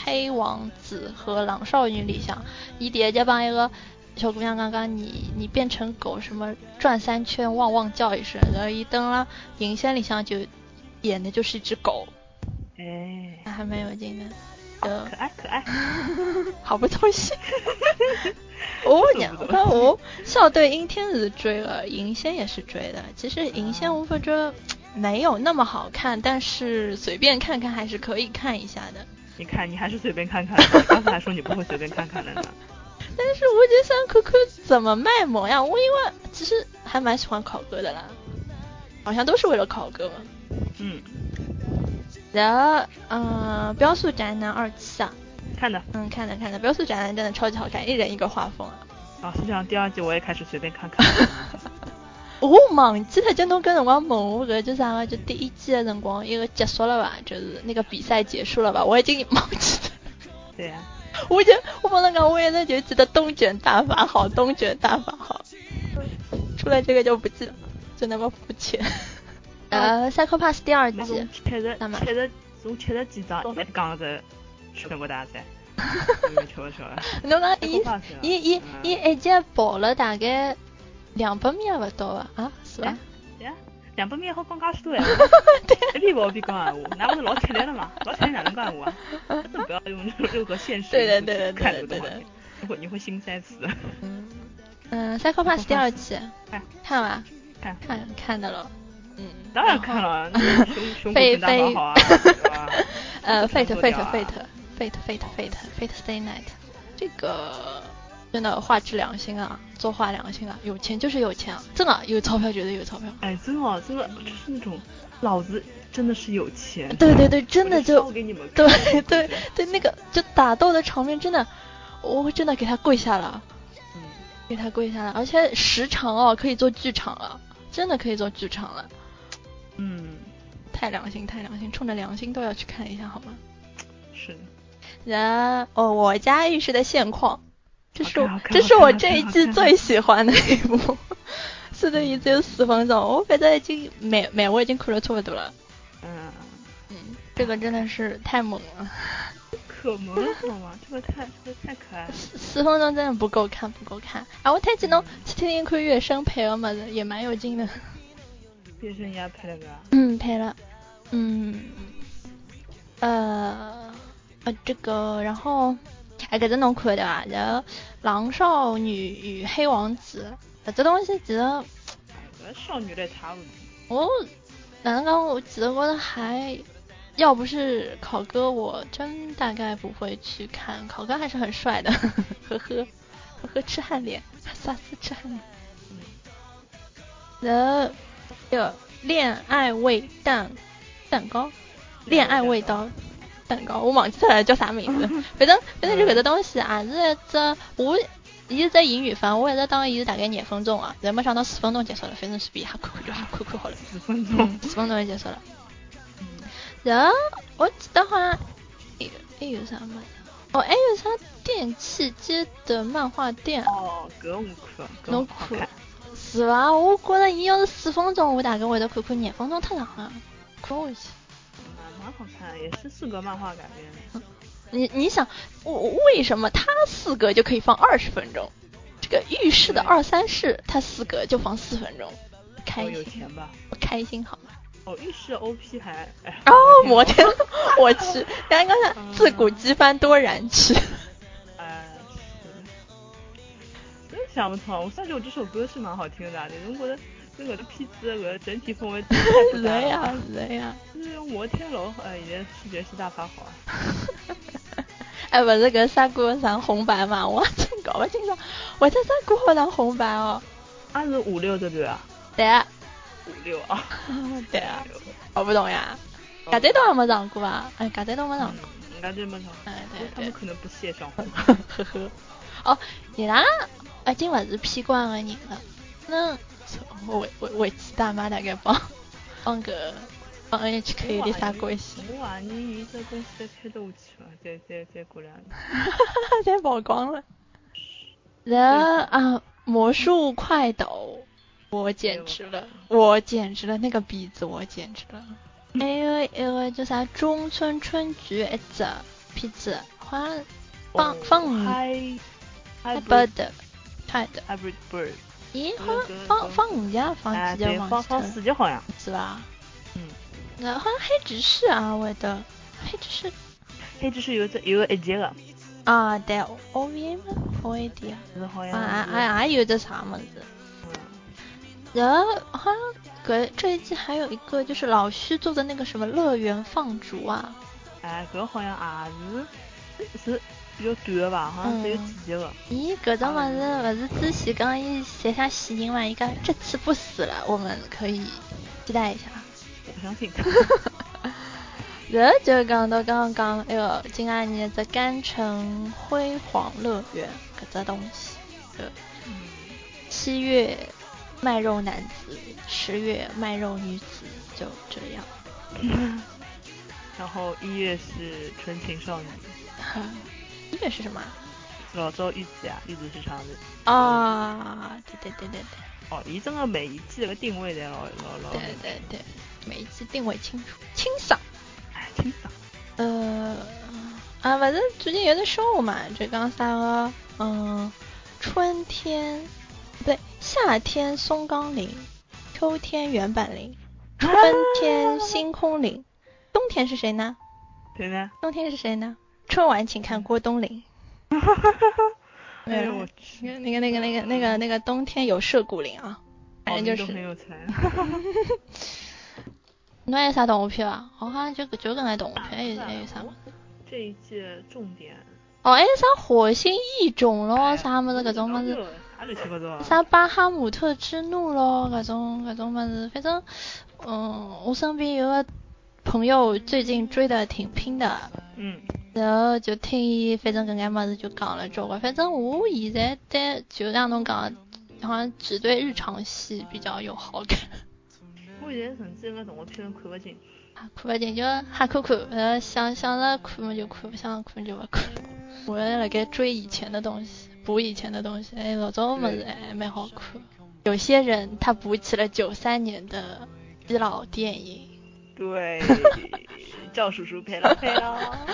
Speaker 1: 黑王子和狼少女里向，伊第一集帮一个。小姑娘刚刚你你变成狗什么转三圈汪汪叫一声，然后伊登了银仙里向就演的就是一只狗，
Speaker 2: 哎，
Speaker 1: 还蛮有劲的。呃
Speaker 2: 啊可爱可爱，
Speaker 1: *laughs* 好不东西。 *laughs* 我不讲，我看我校对阴天是追了，银仙也是追的。其实银
Speaker 2: 啊
Speaker 1: 仙无非这没有那么好看，但是随便看看还是可以看一下的。
Speaker 2: 你看你还是随便看看的，刚才还说你不会随便看看的呢，
Speaker 1: 但是我就想看看怎么卖萌呀。我因为其实还蛮喜欢考哥的啦，好像都是为了考哥嘛。
Speaker 2: 嗯，
Speaker 1: 然后，嗯、呃，标速宅男二期啊，
Speaker 2: 看的。
Speaker 1: 嗯，看的看的，标速宅男真的超级好看，一人一个画风啊。
Speaker 2: 老哦实讲，第二季我也开始随便看看。
Speaker 1: 我忘记脱，就侬搿辰光问我搿叫啥个，就第一季的辰光，一个结束了吧，就是那个比赛结束了吧，我已经忘记了。*laughs*
Speaker 2: 对呀、
Speaker 1: 我就我帮他讲，我现在就记得东卷大法好，东卷大法好，出来这个就不记得，就那么肤浅。呃，Psycho Pass 第二
Speaker 2: 那是
Speaker 1: 季
Speaker 2: 我，七十
Speaker 1: 那么
Speaker 2: 七十，我七十几张一直讲着全国大
Speaker 1: *laughs*
Speaker 2: 赛，瞧瞧。
Speaker 1: 侬讲伊
Speaker 2: Psycho Pass 啊
Speaker 1: 伊伊伊
Speaker 2: 嗯
Speaker 1: 一集跑了大概两百米也勿到吧？啊，是伐？
Speaker 2: 对呀，两百米好讲介
Speaker 1: *laughs*
Speaker 2: 许多闲话，
Speaker 1: 啊
Speaker 2: 一边跑一边讲闲话，那不是老吃力了嘛？ *laughs* 老吃力哪能讲闲话啊？真的不要用这种任何现实
Speaker 1: 对的
Speaker 2: 因素
Speaker 1: 对的
Speaker 2: 去看
Speaker 1: 对的
Speaker 2: 这个东
Speaker 1: 对
Speaker 2: 西
Speaker 1: 的，
Speaker 2: 你会你会心塞
Speaker 1: *laughs*
Speaker 2: 死。
Speaker 1: 嗯嗯，Psycho Pass 第二季
Speaker 2: 看
Speaker 1: 看完
Speaker 2: 看，
Speaker 1: 看看的了，嗯，
Speaker 2: 当然看了，那胸胸部
Speaker 1: 飞
Speaker 2: 很大好
Speaker 1: 飞 *laughs*
Speaker 2: 好啊，对吧？
Speaker 1: 呃，Fate
Speaker 2: 做
Speaker 1: Fate
Speaker 2: 掉啊
Speaker 1: Fate Fate Fate Fate Fate Stay Night，这个真的画质良心啊，作画良心啊，有钱就是有钱啊，真的有钞票绝对有钞票。
Speaker 2: 哎，真的真的就是那种，老子真的是有钱，
Speaker 1: 对对对，真的
Speaker 2: 我烧
Speaker 1: 就
Speaker 2: 给你们看
Speaker 1: 对对对，那个就打斗的场面真的，我真的给他跪下了，
Speaker 2: 嗯，
Speaker 1: 给他跪下了，而且时长哦可以做剧场了，真的可以做剧场了，
Speaker 2: 嗯，
Speaker 1: 太良心太良心，冲着良心都要去看一下好吗？
Speaker 2: 是的，
Speaker 1: 然哦，我家浴室的现况，这是我
Speaker 2: 好看好看
Speaker 1: 这是我
Speaker 2: 好看
Speaker 1: 这一
Speaker 2: 好
Speaker 1: 季
Speaker 2: 看
Speaker 1: 最喜欢的一部， *laughs* 是的，一只有四分钟，我反正已经每每我已经看了差不多了，
Speaker 2: 嗯，
Speaker 1: 嗯，这个真的是太猛了，
Speaker 2: 可萌好吗？这个太这个太可爱了，
Speaker 1: 四四分钟真的不够看不够看，啊，我太激动，去天天看月升配了么子，也蛮有劲的，
Speaker 2: 变身也拍了个，
Speaker 1: 嗯，配了，嗯，呃呃这个，然后哎，搿只侬看了对伐？然后《狼少女与黑王子》搿只东西其实。
Speaker 2: 搿少女类差不多。
Speaker 1: 我哪能讲？我记得我的还要不是考哥，我真大概不会去看。考哥还是很帅的，呵呵，呵呵，痴汉脸，萨斯痴汉脸。
Speaker 2: 嗯
Speaker 1: 然后有恋爱味蛋蛋糕，恋爱味道蛋糕，我忘记它叫啥名字。反正反正就搿只东西啊，是一只我伊是只英语番，我一直当伊是大概廿分钟啊，然后没想到四分钟结束了，反正随便瞎看看就瞎看看好 *laughs* 了。
Speaker 2: 十分钟，
Speaker 1: 四分钟就结束了。
Speaker 2: 嗯
Speaker 1: 然后我记得好像还有还有啥么子？哦，还有啥电器街的漫画店啊
Speaker 2: 哦，搿我看，搿
Speaker 1: 侬
Speaker 2: 我
Speaker 1: 看
Speaker 2: 好看，
Speaker 1: 是伐？我觉着伊要是四分钟，我大概会得看看廿分钟太长了，看下去。
Speaker 2: 蛮嗯蛮好看，也是四格漫画改编的。
Speaker 1: 嗯你你想，我我为什么他四格就可以放二十分钟？这个浴室的
Speaker 2: 对
Speaker 1: 二三室，他四格就放四分钟，开
Speaker 2: 哦，有
Speaker 1: 心，
Speaker 2: 钱吧？
Speaker 1: 我开心好吗？
Speaker 2: 哦，浴室 OP 还哎。
Speaker 1: 哦，摩
Speaker 2: 我
Speaker 1: 天，我去，刚刚
Speaker 2: 嗯
Speaker 1: 想自古机翻多燃
Speaker 2: *laughs*
Speaker 1: 去。
Speaker 2: 哎，是真想不通，我虽然觉得我这首歌是蛮好听的啊，但是我觉得跟我的片子我的整体氛围真的太
Speaker 1: *laughs*
Speaker 2: 不
Speaker 1: 人
Speaker 2: 搭了。
Speaker 1: 呀人呀，
Speaker 2: 就是摩天楼，哎，你的视觉系大法
Speaker 1: *laughs*
Speaker 2: 好啊！
Speaker 1: 哎，不是搿三哥上红白嘛？我真搞不清爽，我这三哥好上红白哦。
Speaker 2: 二十五六这边啊，
Speaker 1: 对
Speaker 2: *laughs*
Speaker 1: 啊，
Speaker 2: 五六啊，
Speaker 1: *laughs* 对啊
Speaker 2: 五，六
Speaker 1: 搞不懂呀。
Speaker 2: 哦
Speaker 1: 搿队都还没上过啊？哎，搿队都没上
Speaker 2: 嗯
Speaker 1: 过。，
Speaker 2: 应该这么讲，
Speaker 1: 哎，
Speaker 2: 嗯哦他
Speaker 1: 对
Speaker 2: 们
Speaker 1: 对，
Speaker 2: 可能不屑上。
Speaker 1: *laughs* 呵呵。哦，伊拉已经勿是披冠的人了。那哦我我我我记大妈大概帮帮个帮 NHK 的啥关系？
Speaker 2: 我啊，你一这公司再开得下去吗？再再再过两年。
Speaker 1: *laughs* 全曝光了。然后啊，魔术快抖，我简直了，我简直了，那个鼻子我简直了。还有一个叫啥中村春菊一只片子，好像放放
Speaker 2: Hi
Speaker 1: 太
Speaker 2: 哦 Hybrid
Speaker 1: 不的，太的，
Speaker 2: Hybrid Bird，
Speaker 1: 咦，
Speaker 2: 这
Speaker 1: 好
Speaker 2: 个
Speaker 1: 像
Speaker 2: 这个
Speaker 1: 放
Speaker 2: 这个
Speaker 1: 放五家，放
Speaker 2: 哎，
Speaker 1: 几家
Speaker 2: 对，
Speaker 1: 忘
Speaker 2: 放
Speaker 1: 记
Speaker 2: 放
Speaker 1: 了
Speaker 2: 四集好像。
Speaker 1: 是吧？
Speaker 2: 嗯，
Speaker 1: 然后好像黑执事啊，我的黑执事
Speaker 2: 黑执事有这有一集的，
Speaker 1: 啊，对，OVM 好一点，
Speaker 2: 就是好
Speaker 1: 啊
Speaker 2: 像
Speaker 1: 啊
Speaker 2: 是。
Speaker 1: 啊，还有这啥么子？
Speaker 2: 嗯
Speaker 1: 然后好像隔这一季还有一个就是老徐做的那个什么乐园放逐啊，
Speaker 2: 嗯哎，搿好像也是是比较短的吧，好
Speaker 1: 嗯
Speaker 2: 像只有几集的。
Speaker 1: 咦，搿种勿是勿是之前刚伊写下喜迎嘛，伊讲这次 *laughs* 不死了，我们可以期待一下。
Speaker 2: 我不相信。
Speaker 1: 然后就讲到刚刚讲哎那个金阿年只甘城辉煌乐园搿只东西，对，七月卖肉男子，十月卖肉女子，就这样。
Speaker 2: 嗯 *laughs* 然后一月是纯情少女，
Speaker 1: *laughs* 一月是什么啊？
Speaker 2: 老周玉子啊，玉子是啥子？
Speaker 1: 啊，对对对对对。
Speaker 2: 哦，伊真个每一季那个定位的老老老，
Speaker 1: 对对对，每一次定位清楚清爽。
Speaker 2: 哎，清爽。
Speaker 1: 呃，啊，反正最近有点秀嘛，就讲啥个，嗯，春天，不对，夏天松冈岭，秋天原版林，春天
Speaker 2: *laughs*
Speaker 1: 星空岭，冬天是谁呢？
Speaker 2: 谁呢？
Speaker 1: 冬天是谁呢？春晚请看郭冬临。没
Speaker 2: 哎
Speaker 1: 有
Speaker 2: 呦我
Speaker 1: 了，
Speaker 2: 去，
Speaker 1: 那个那个那个那个那个那个冬天有涉谷岭啊，反正就
Speaker 2: 都很
Speaker 1: 是。*laughs*
Speaker 2: 有才。 *laughs*
Speaker 1: 侬还有啥动画片伐？我好像就就搿眼动画片，还有还有啥吗？
Speaker 2: 这一届重点
Speaker 1: 哦，还有啥火星异种咯，啥物事搿种物事。
Speaker 2: 事，啥乱七八糟啊？
Speaker 1: 啥巴哈姆特之怒咯，搿种搿种物事，反正，嗯，我身边有个朋友最近追的挺拼的，
Speaker 2: 嗯，
Speaker 1: 然后就听伊反正搿眼物事就讲了交关，反正我现在对就像侬讲，好像只对日常戏比较有好感，
Speaker 2: 我现在甚至连个动画片都看不进。
Speaker 1: 啊看勿进就瞎看看，呃，想想了看嘛就看，不想看就勿看。我还辣盖追以前的东西，补以前的东西，哎，老早么子还蛮好看。有些人他补起了九三年的基佬电影，
Speaker 2: 对， *laughs* 赵叔叔陪了陪了。
Speaker 1: 哦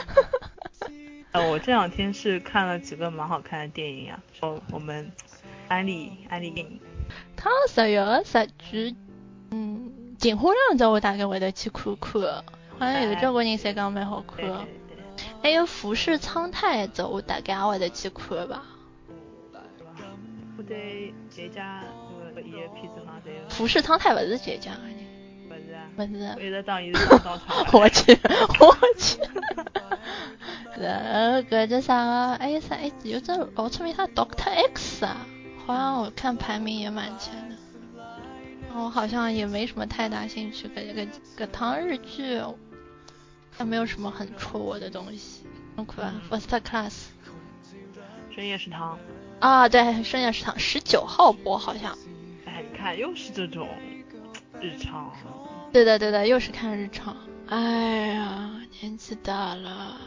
Speaker 2: *laughs* 呃，我这两天是看了几个蛮好看的电影啊，哦，我们安利安利电影，
Speaker 1: 他十月个十剧，嗯，锦花亮这我大概会得去看看的，好像有交关人侪讲蛮好看
Speaker 2: 对对
Speaker 1: 的。还有《浮世苍太》这我大概也会得去看的吧。
Speaker 2: 对，我对这家那个伊个片子好像
Speaker 1: 《
Speaker 2: 侪
Speaker 1: 浮世苍太》勿是浙江的，
Speaker 2: 不是啊，
Speaker 1: 勿是。
Speaker 2: 我一直当伊是当当场
Speaker 1: *laughs* 我去，我去。呃然后搿叫啥个？还有啥？哎，有只老出名啥 Doctor X 啊，好像我看排名也蛮前的。然后好像也没什么太大兴趣，搿搿搿趟日剧，它没有什么很戳我的东西。很酷啊，First Class
Speaker 2: 深夜食堂，
Speaker 1: 啊，对，深夜食堂十九号播好像。
Speaker 2: 哎，你看又是这种日常，
Speaker 1: 对的对的，又是看日常。哎呀，年纪大了，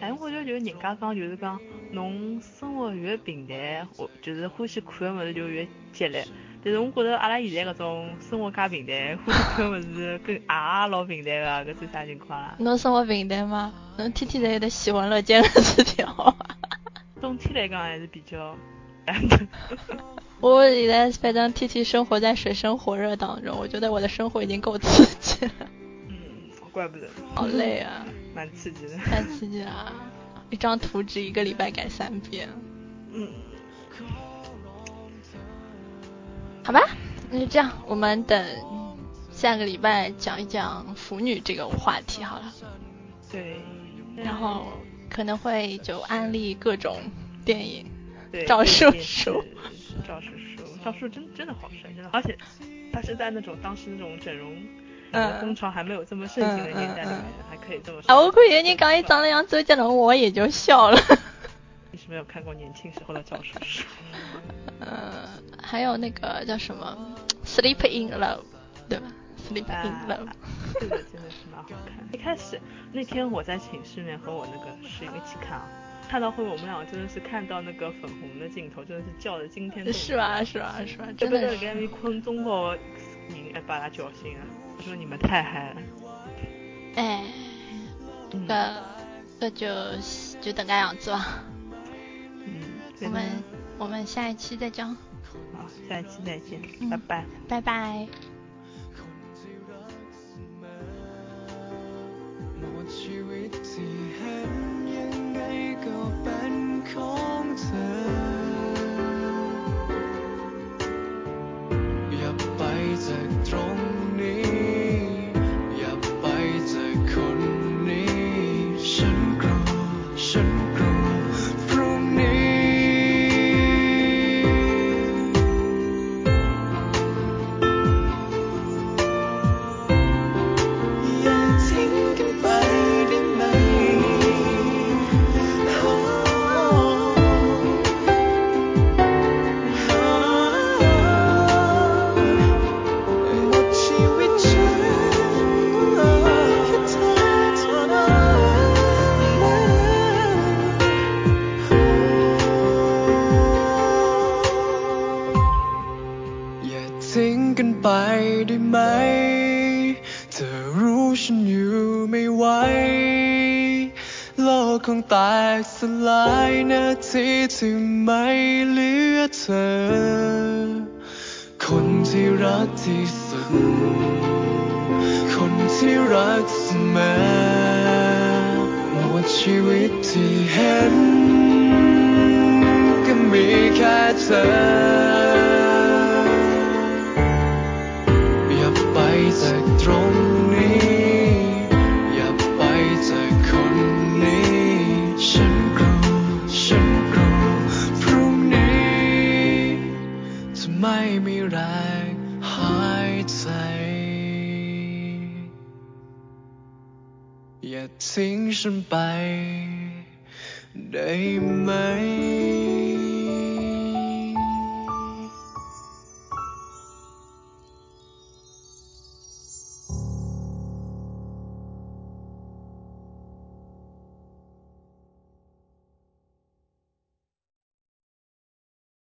Speaker 2: 哎，我就觉得人家讲就是讲，侬生活越平淡，我就是欢喜看的物事就越激烈。但是我觉得阿拉现在搿种生活介平淡，欢喜看的物事跟也老平淡个，搿是啥情况啦？
Speaker 1: 侬生活平淡吗？侬天天侪有得喜闻乐见的事情好 *laughs* 吗？
Speaker 2: 总体来讲还是比较，对
Speaker 1: 我现在反正天天生活在水深火热当中，我觉得我的生活已经够刺激了，
Speaker 2: 嗯，怪不得，
Speaker 1: 好累 *laughs* 啊，
Speaker 2: 蛮刺激的。
Speaker 1: 太刺激了啊！一张图纸一个礼拜改三遍，
Speaker 2: 嗯，
Speaker 1: 好吧？那就这样，我们等下个礼拜讲一讲腐女这个话题好了，
Speaker 2: 对，
Speaker 1: 然后可能会就安利各种电影。
Speaker 2: 对
Speaker 1: 赵
Speaker 2: 这
Speaker 1: 叔
Speaker 2: 件事
Speaker 1: 叔
Speaker 2: 赵叔叔，赵叔叔真真的好帅，真的好，而且他是在那种当时那种整容。
Speaker 1: 嗯
Speaker 2: 风潮还没有这么盛行的年代里面
Speaker 1: 嗯嗯，
Speaker 2: 还可以这么说。
Speaker 1: 啊，我看有人讲伊长得像周杰伦，我也就笑了。
Speaker 2: 你是没有看过年轻时候的赵叔
Speaker 1: *laughs*
Speaker 2: 叔，
Speaker 1: 呃，还有那个叫什么《Sleep in Love》，对吧？Sleep in
Speaker 2: 啊
Speaker 1: Love，
Speaker 2: 这个真的是蛮好看。一开始那天我在寝室里面和我那个室友一起看啊，看到后面我们俩真的是看到那个粉红的镜头，真的是叫的惊天动地。
Speaker 1: 是吧？？是吧？是吧？
Speaker 2: 这
Speaker 1: 真
Speaker 2: 个
Speaker 1: 的
Speaker 2: 在
Speaker 1: 是
Speaker 2: 给。昆中国人还把他叫醒了，我说你们太嗨了。
Speaker 1: 哎，
Speaker 2: 嗯
Speaker 1: 那那就就等个样子吧。
Speaker 2: 嗯，
Speaker 1: 我们我们下一期再讲，
Speaker 2: 好，下一期再见，
Speaker 1: 嗯
Speaker 2: 拜拜。
Speaker 1: 拜拜。
Speaker 3: หมดชีวิตที่เห็นยังไงก็เป็นของเธอ อย่าไปจากตรงนี้ อย่าไปจากคนนี้ ฉันกลัว ฉันกลัวพรุ่งนี้ อย่าทิ้งกันไป ได้ไหม เธอรู้ฉันอยู่ไม่ไหว โลกคงแตกสลายนาทีที่ไม่เหลือเธอ คนที่รักที่สุด คนที่รักเสมอหมดชีวิตที่เห็น ก็มีแค่เธอ อย่าไปจากตรงนี้ อย่าไปจากคนนี้ ฉันกลัวฉันกลัวพรุ่งนี้ จะไม่มีแรงหายใจ อย่าทิ้งฉันไป ได้ไหม